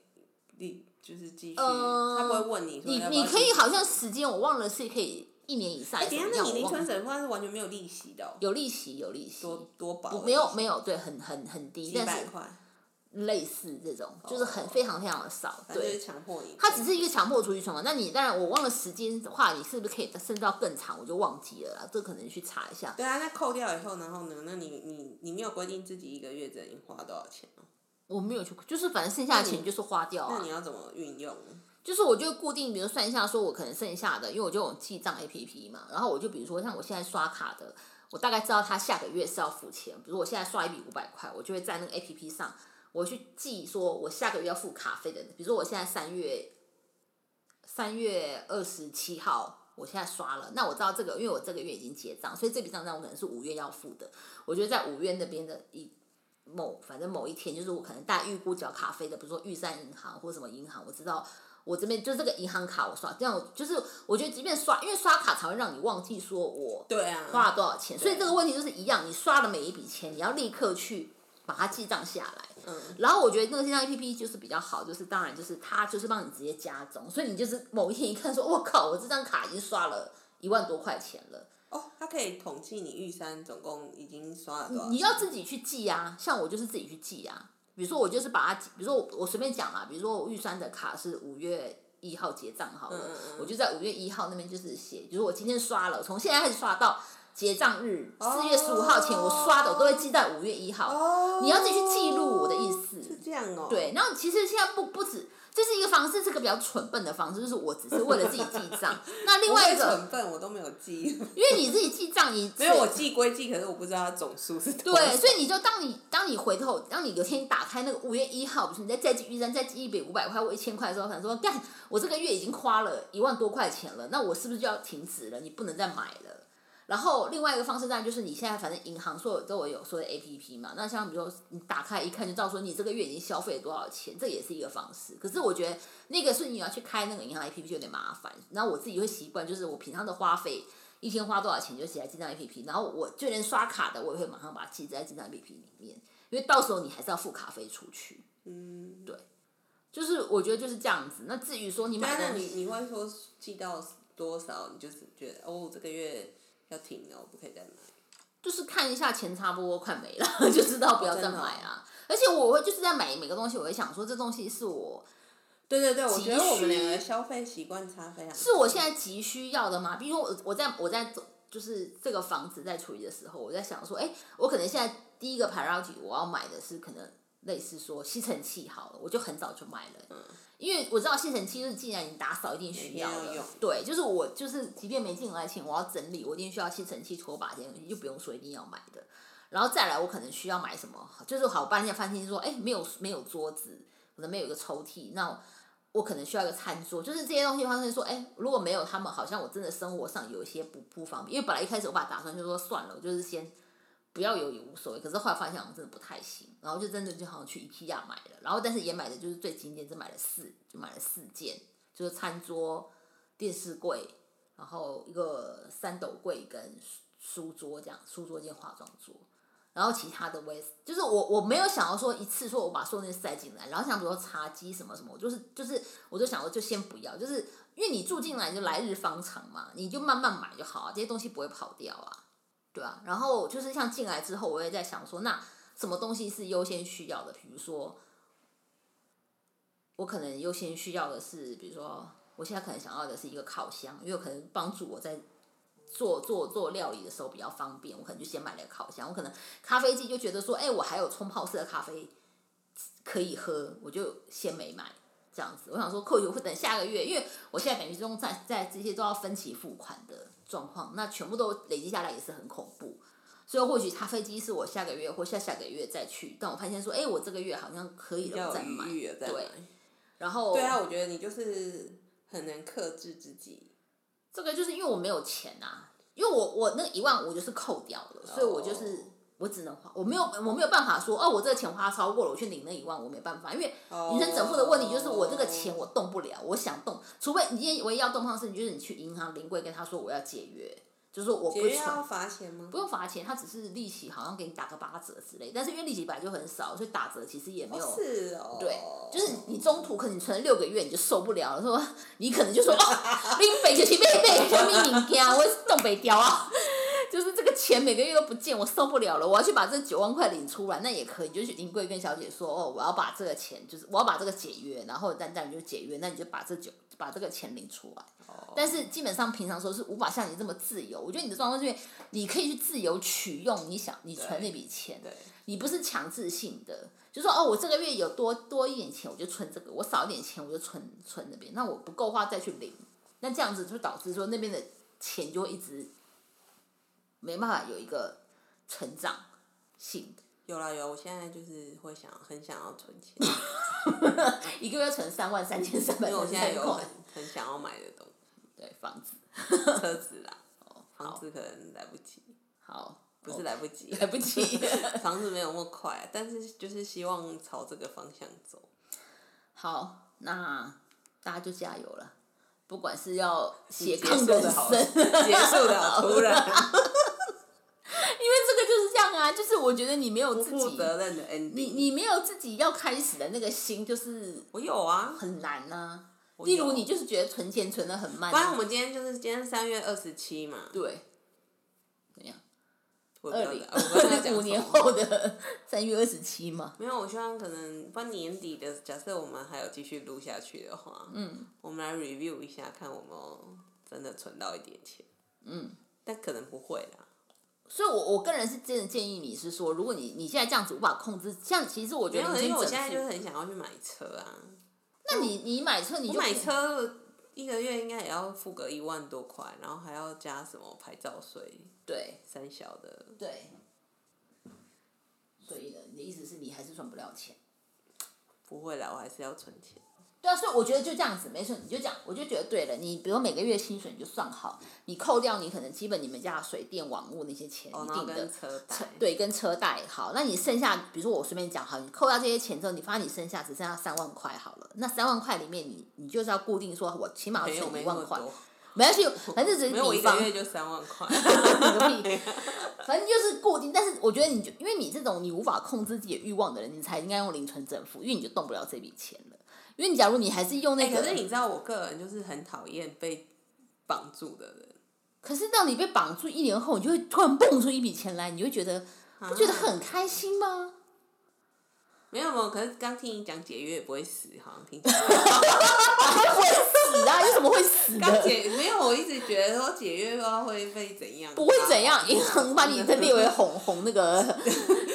Speaker 1: 你就是继续，
Speaker 2: 呃
Speaker 1: 他不会问你说
Speaker 2: 你
Speaker 1: 要不要
Speaker 2: 你可以
Speaker 1: 继续
Speaker 2: 好像时间我忘了是可以一年以上
Speaker 1: 哎
Speaker 2: 还是
Speaker 1: 等
Speaker 2: 怎
Speaker 1: 一下那
Speaker 2: 么，样，
Speaker 1: 你
Speaker 2: 我
Speaker 1: 零
Speaker 2: 忘
Speaker 1: 存
Speaker 2: 了。
Speaker 1: 整付它是完全没有利息的、哦，
Speaker 2: 有利息有利息，
Speaker 1: 多多薄的利息，
Speaker 2: 没有没有对，很很很低，
Speaker 1: 几
Speaker 2: 但
Speaker 1: 百
Speaker 2: 是
Speaker 1: 块，哦
Speaker 2: 类似这种，就是很非常非常的少。
Speaker 1: 反正就是
Speaker 2: 对，
Speaker 1: 强迫你。
Speaker 2: 它只是一个强迫出去存款。那你当然我忘了时间的话，你是不是可以甚至到更长？我就忘记了啦，这可能去查一下。
Speaker 1: 对啊，那扣掉以后，然后呢？那你你你没有规定自己一个月只能花多少钱哦、
Speaker 2: 我没有去，就是反正剩下的
Speaker 1: 那
Speaker 2: 钱
Speaker 1: 你
Speaker 2: 就是花掉
Speaker 1: 那
Speaker 2: 啊
Speaker 1: 你。要怎么运用呢？
Speaker 2: 就是我就会固定，比如算一下，说我可能剩下的，因为我就有记账 A P P 嘛，然后我就比如说像我现在刷卡的，我大概知道他下个月是要付钱，比如我现在刷一笔五百块，我就会在那个 A P P 上，我去记说我下个月要付卡费的，比如说我现在三月三月二十七号。我现在刷了，那我知道这个，因为我这个月已经结账，所以这笔账单我可能是五月要付的。我觉得在五月那边的一某，反正某一天，就是我可能大概预估缴卡费的，比如说玉山银行或什么银行，我知道我这边就这个银行卡我刷，这样我就是我觉得即便刷，因为刷卡才会让你忘记说我
Speaker 1: 对啊，
Speaker 2: 花了多少钱，所以
Speaker 1: 对
Speaker 2: 这个问题就是一样，你刷了每一笔钱，你要立刻去把它记账下来。
Speaker 1: 嗯，
Speaker 2: 然后我觉得那个线上 A P P 就是比较好，就是当然就是它就是帮你直接加总，所以你就是某一天一看说，我靠，我这张卡已经刷了一万多块钱了。
Speaker 1: 哦，它可以统计你玉山总共已经刷了多少
Speaker 2: 你要自己去记啊，像我就是自己去记啊。比如说我就是把它记，比如说我我随便讲啦，比如说我玉山的卡是五月一号结账好了，
Speaker 1: 嗯嗯嗯
Speaker 2: 我就在五月一号那边就是写，比如我今天刷了，从现在开始刷到结账日四月十五号前，我刷的我都会记在五月一号。
Speaker 1: 哦
Speaker 2: 你要自己去记录我的意思
Speaker 1: 是这样哦、，
Speaker 2: 对，然后其实现在不不止，这是一个方式，是个比较蠢笨的方式，就是我只是为了自己记
Speaker 1: <laughs>
Speaker 2: 账。那另外一个，
Speaker 1: 成分我都没有记，
Speaker 2: 因为你自己记账，你
Speaker 1: 没有我记归记，可是我不知道它总数是 <laughs> 多少。
Speaker 2: 对，所以你就当你当你回头，当你有天打开那个五月一号，比如说你再再记玉山再记一笔五百块或一千块的时候，想说干，我这个月已经花了一万多块钱了，那我是不是就要停止了？你不能再买了。然后另外一个方式当然就是你现在反正银行所有都有所有 A P P 嘛，那像比如说你打开一看就知道说你这个月已经消费了多少钱，这也是一个方式。可是我觉得那个是你要去开那个银行 A P P 就有点麻烦，然后我自己会习惯就是我平常的花费一天花多少钱就写在记账 A P P，然后我就连刷卡的我也会马上把它记在记账 A P P 里面，因为到时候你还是要付卡费出去。
Speaker 1: 嗯，
Speaker 2: 就是我觉得就是这样子。那至于说你
Speaker 1: 那
Speaker 2: 买
Speaker 1: 那
Speaker 2: 东
Speaker 1: 你
Speaker 2: 西，
Speaker 1: 你会说记到多少，你就是觉得哦，这个月要停了，我不可以再买。
Speaker 2: 就是看一下钱差不多快没了， <laughs> 就知道不要再
Speaker 1: 真的哦
Speaker 2: 买啊。而且我会就是在买每个东西，我会想说这东西是我
Speaker 1: 对对对，我
Speaker 2: 急
Speaker 1: 觉得我
Speaker 2: 需
Speaker 1: 们两个消费习惯差非常多。
Speaker 2: 是我现在急需要的吗？比如说我我在我在走就是这个房子在处理的时候，我在想说，哎、我可能现在第一个 priority 我要买的是可能类似说吸尘器好了，我就很早就买了。因为我知道吸尘器就是，既然你打扫一定需
Speaker 1: 一定
Speaker 2: 了
Speaker 1: 要用，
Speaker 2: 对，就是我就是，即便没进来前，我要整理，我一定需要吸尘器、拖把这些东西，就不用说一定要买的。然后再来，我可能需要买什么，就是好半天发现说，哎，没有没有桌子，可能没有一个抽屉，那我可能需要一个餐桌，就是这些东西发现说，哎，如果没有他们，好像我真的生活上有一些不不方便。因为本来一开始我把打算就说算了，我就是先不要有也无所谓，可是后来发现我真的不太行，然后就真的就好像去 IKEA 买了，然后但是也买的就是最经典，只买了四，就买了四件，就是餐桌、电视柜，然后一个三斗柜跟书书桌这样，书桌兼化妆桌。然后其他的我也就是我我没有想要说一次说我把所有那些塞进来，然后想比如说茶几什么什么，我就是就是我就想我就先不要，就是因为你住进来你就来日方长嘛，你就慢慢买就好啊，这些东西不会跑掉啊，对啊。然后就是像进来之后，我也在想说，那什么东西是优先需要的？比如说，我可能优先需要的是，比如说我现在可能想要的是一个烤箱，因为可能帮助我在做做做料理的时候比较方便，我可能就先买了个烤箱。我可能咖啡机就觉得说，哎、我还有冲泡式的咖啡可以喝，我就先没买这样子。我想说，或许会等下个月，因为我现在等于中在在这些都要分期付款的状况，那全部都累积下来也是很恐怖。所以或许咖啡机是我下个月或下下个月再去，但我发现说，哎、我这个月好像可以
Speaker 1: 比
Speaker 2: 了，
Speaker 1: 较
Speaker 2: 我再
Speaker 1: 有
Speaker 2: 买。
Speaker 1: 余裕了再
Speaker 2: 对
Speaker 1: 买。
Speaker 2: 然后
Speaker 1: 对啊，我觉得你就是很能克制自己。
Speaker 2: 这个就是因为我没有钱啊，因为我我那一万五就是扣掉了，所以我就是
Speaker 1: 哦
Speaker 2: 我只能花，我没有我没有办法说哦，我这个钱花超过了，我去领那一万，我没办法，因为
Speaker 1: 哦
Speaker 2: 你能整付的问题就是我这个钱我动不了，我想动，除非你今天唯一要动上事情就是你去银行临柜跟他说我要解约，就是说我不
Speaker 1: 解约啊
Speaker 2: 存
Speaker 1: 要罚钱吗
Speaker 2: 不？用罚钱，他只是利息好像给你打个八折之类，但是因为利息本来就很少，所以打折其实也没有。
Speaker 1: 是哦，
Speaker 2: 对，就是你中途可能你存了六个月你就受不了了，说你可能就说哦，拎北就是妹妹，什么物件，我是东北雕啊， <laughs> 就是这个钱每个月都不见，我受不了了，我要去把这九万块领出来，那也可以，你就去银柜跟小姐说哦，我要把这个钱，就是我要把这个解约，然后但但你就解约，那你就把这九把这个钱领出来。
Speaker 1: 哦
Speaker 2: 但是基本上平常说是无法像你这么自由，我觉得你的状况是因为你可以去自由取用你想你存那笔钱，
Speaker 1: 对，
Speaker 2: 你不是强制性的，就说哦，我这个月有多多一点钱，我就存这个；我少一点钱，我就存存那边。那我不够花再去领，那这样子就导致说那边的钱就会一直没办法有一个成长性，
Speaker 1: 有啦有，我现在就是会想很想要存
Speaker 2: <laughs>
Speaker 1: 钱，
Speaker 2: 一个月存三万三千三百
Speaker 1: 因为我
Speaker 2: 三
Speaker 1: 现在
Speaker 2: 十
Speaker 1: 有
Speaker 2: 块
Speaker 1: 很，很想要买
Speaker 2: <laughs>
Speaker 1: 的东西，
Speaker 2: 对房子，
Speaker 1: 车子啦，房
Speaker 2: 哦好
Speaker 1: 子可能来不及，
Speaker 2: 好
Speaker 1: 不是
Speaker 2: 来
Speaker 1: 来不及，
Speaker 2: 来不及。
Speaker 1: <laughs> 房子没有那么快，啊但是就是希望朝这个方向走。
Speaker 2: 好，那大家就加油了。不管是要斜
Speaker 1: 嗯结
Speaker 2: 杠
Speaker 1: 束
Speaker 2: 人
Speaker 1: 的好，结
Speaker 2: 生， <laughs>
Speaker 1: 束的好突然，
Speaker 2: 因为这个就是这样啊，就是我觉得你没有
Speaker 1: 不
Speaker 2: 自己
Speaker 1: 负责任的 ending。
Speaker 2: 你你没有自己要开始的那个心，就是
Speaker 1: 我有啊，
Speaker 2: 很难呐、
Speaker 1: 我
Speaker 2: 例
Speaker 1: 有
Speaker 2: 如你就是觉得存钱存的很慢、
Speaker 1: 不然我
Speaker 2: 啊，
Speaker 1: 们今天就是今天三月二十七嘛，
Speaker 2: 对，怎样？
Speaker 1: 我
Speaker 2: 二零
Speaker 1: 二
Speaker 2: <laughs> 五年后的 <laughs> 三月二十七嘛，
Speaker 1: 没有，我希望可能到年底的，假设我们还有继续录下去的话，
Speaker 2: 嗯，
Speaker 1: 我们来 review 一下，看我们有真的存到一点钱，
Speaker 2: 嗯，
Speaker 1: 但可能不会啦。
Speaker 2: 所以我我个人是真的建议你是说，如果你你现在这样子无法控制，像其实我
Speaker 1: 没
Speaker 2: 觉得
Speaker 1: 有，
Speaker 2: 你已
Speaker 1: 因为
Speaker 2: 经
Speaker 1: 我
Speaker 2: 整
Speaker 1: 现在
Speaker 2: 复
Speaker 1: 就是很想要去买车啊，
Speaker 2: 那你你买车你
Speaker 1: 我
Speaker 2: 就
Speaker 1: 买
Speaker 2: 不
Speaker 1: 车一个月应该也要付个一万多块，然后还要加什么牌照税、
Speaker 2: 对
Speaker 1: 三小的，
Speaker 2: 对，所以呢，你的意思是你还是赚不了钱。
Speaker 1: 不会啦，我还是要存钱。
Speaker 2: 对啊，所以我觉得就这样子，没错，你就这样，我就觉得对了。你比如每个月薪水你就算好，你扣掉你可能基本你们家的水电网务那些钱
Speaker 1: 哦，
Speaker 2: 一
Speaker 1: 然后
Speaker 2: 定的
Speaker 1: 跟，车
Speaker 2: 车
Speaker 1: 贷，
Speaker 2: 对，跟车贷好。那你剩下，比如说我随便讲好，你扣掉这些钱之后，你发现你剩下只剩下三万块好了。那三万块里面你，你就是要固定说，我起码
Speaker 1: 没
Speaker 2: 要
Speaker 1: 有
Speaker 2: 存
Speaker 1: 没
Speaker 2: 一
Speaker 1: 那
Speaker 2: 万
Speaker 1: 么
Speaker 2: 块，
Speaker 1: 多，<laughs>
Speaker 2: 没关系，反正只是
Speaker 1: 没有我
Speaker 2: 比
Speaker 1: 一个
Speaker 2: 方， <laughs>
Speaker 1: 月就三万块。<laughs>
Speaker 2: 个屁 <laughs> 反正就是固定。但是我觉得你就因为你这种你无法控制自己的欲望的人，你才应该用零存整付，因为你就动不了这笔钱了。因为你假如你还是用那
Speaker 1: 哎、
Speaker 2: 个，
Speaker 1: 可是你知道，我个人就是很讨厌被绑住的人，
Speaker 2: 可是当你被绑住一年后，你就会突然蹦出一笔钱来，你就会觉得不觉得
Speaker 1: 啊
Speaker 2: 很开
Speaker 1: <laughs>
Speaker 2: 心吗？
Speaker 1: 没有没有。可是刚听你讲解约也不会死，好像听起
Speaker 2: <laughs>
Speaker 1: 来
Speaker 2: 会死啊！你怎么会死
Speaker 1: 刚
Speaker 2: 的？
Speaker 1: 解没有，我一直觉得说解约的话会被怎样？
Speaker 2: 不会怎样，银行把你的列为红红那
Speaker 1: <laughs>
Speaker 2: 个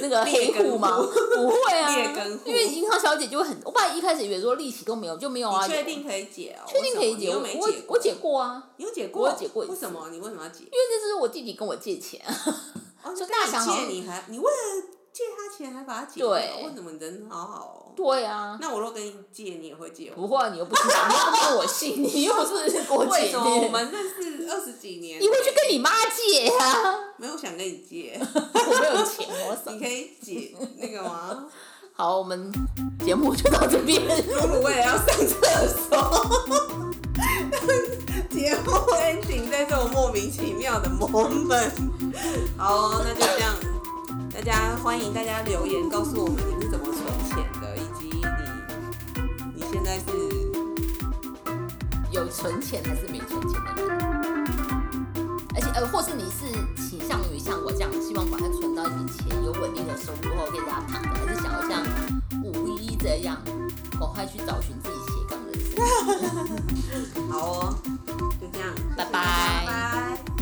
Speaker 2: 那个黑户吗？
Speaker 1: 劣
Speaker 2: 不会啊
Speaker 1: 劣根，户
Speaker 2: 因为银行小姐就会很，我本来一开始以为说利息都没有，就没有啊。
Speaker 1: 你确定可以解哦？
Speaker 2: 确定可以
Speaker 1: 为
Speaker 2: 解？
Speaker 1: 什
Speaker 2: 我
Speaker 1: 么你又
Speaker 2: 我
Speaker 1: 没
Speaker 2: 我
Speaker 1: 解
Speaker 2: 解
Speaker 1: 过，
Speaker 2: 过啊，
Speaker 1: 你有解过？
Speaker 2: 我有解过一次
Speaker 1: 为什么？你为什么要解？
Speaker 2: 因为那是我弟弟跟我借钱， <laughs>
Speaker 1: 哦，
Speaker 2: 就
Speaker 1: 跟
Speaker 2: 大
Speaker 1: 你
Speaker 2: 小好
Speaker 1: 借你还你为了借他钱还把他解掉，
Speaker 2: 对
Speaker 1: 为什么人好好哦？
Speaker 2: 对啊。
Speaker 1: 那我若跟你借，你也会借哦我？
Speaker 2: 不会啊，你又不是，你又不跟我姓，你又不是跟我
Speaker 1: <laughs> 为
Speaker 2: 姐
Speaker 1: 什么我
Speaker 2: 姐，
Speaker 1: 们认识二十几年？
Speaker 2: <laughs> 你会去跟你妈借啊？ <laughs>
Speaker 1: 没有想跟你借？
Speaker 2: 我没有钱，我少
Speaker 1: 你。可以解那个 <laughs> 吗？
Speaker 2: 好，我们节目就到这边。
Speaker 1: 露露为了要上厕所， <laughs> 节目 ending 在这种莫名其妙的 moment。好、那就这样，大家欢迎大家留言告诉我们你是怎么存钱的，以及你你现在是
Speaker 2: 有存钱还是没存钱的人，而且呃，或是你是倾向于像我这样，希望把它存到一笔钱，有稳定的收入后可以给它躺着，还是想要像五一这样，赶快去找寻自己斜杠人生。
Speaker 1: 好哦，就这样，
Speaker 2: 拜
Speaker 1: 谢谢大家
Speaker 2: 拜
Speaker 1: 拜拜。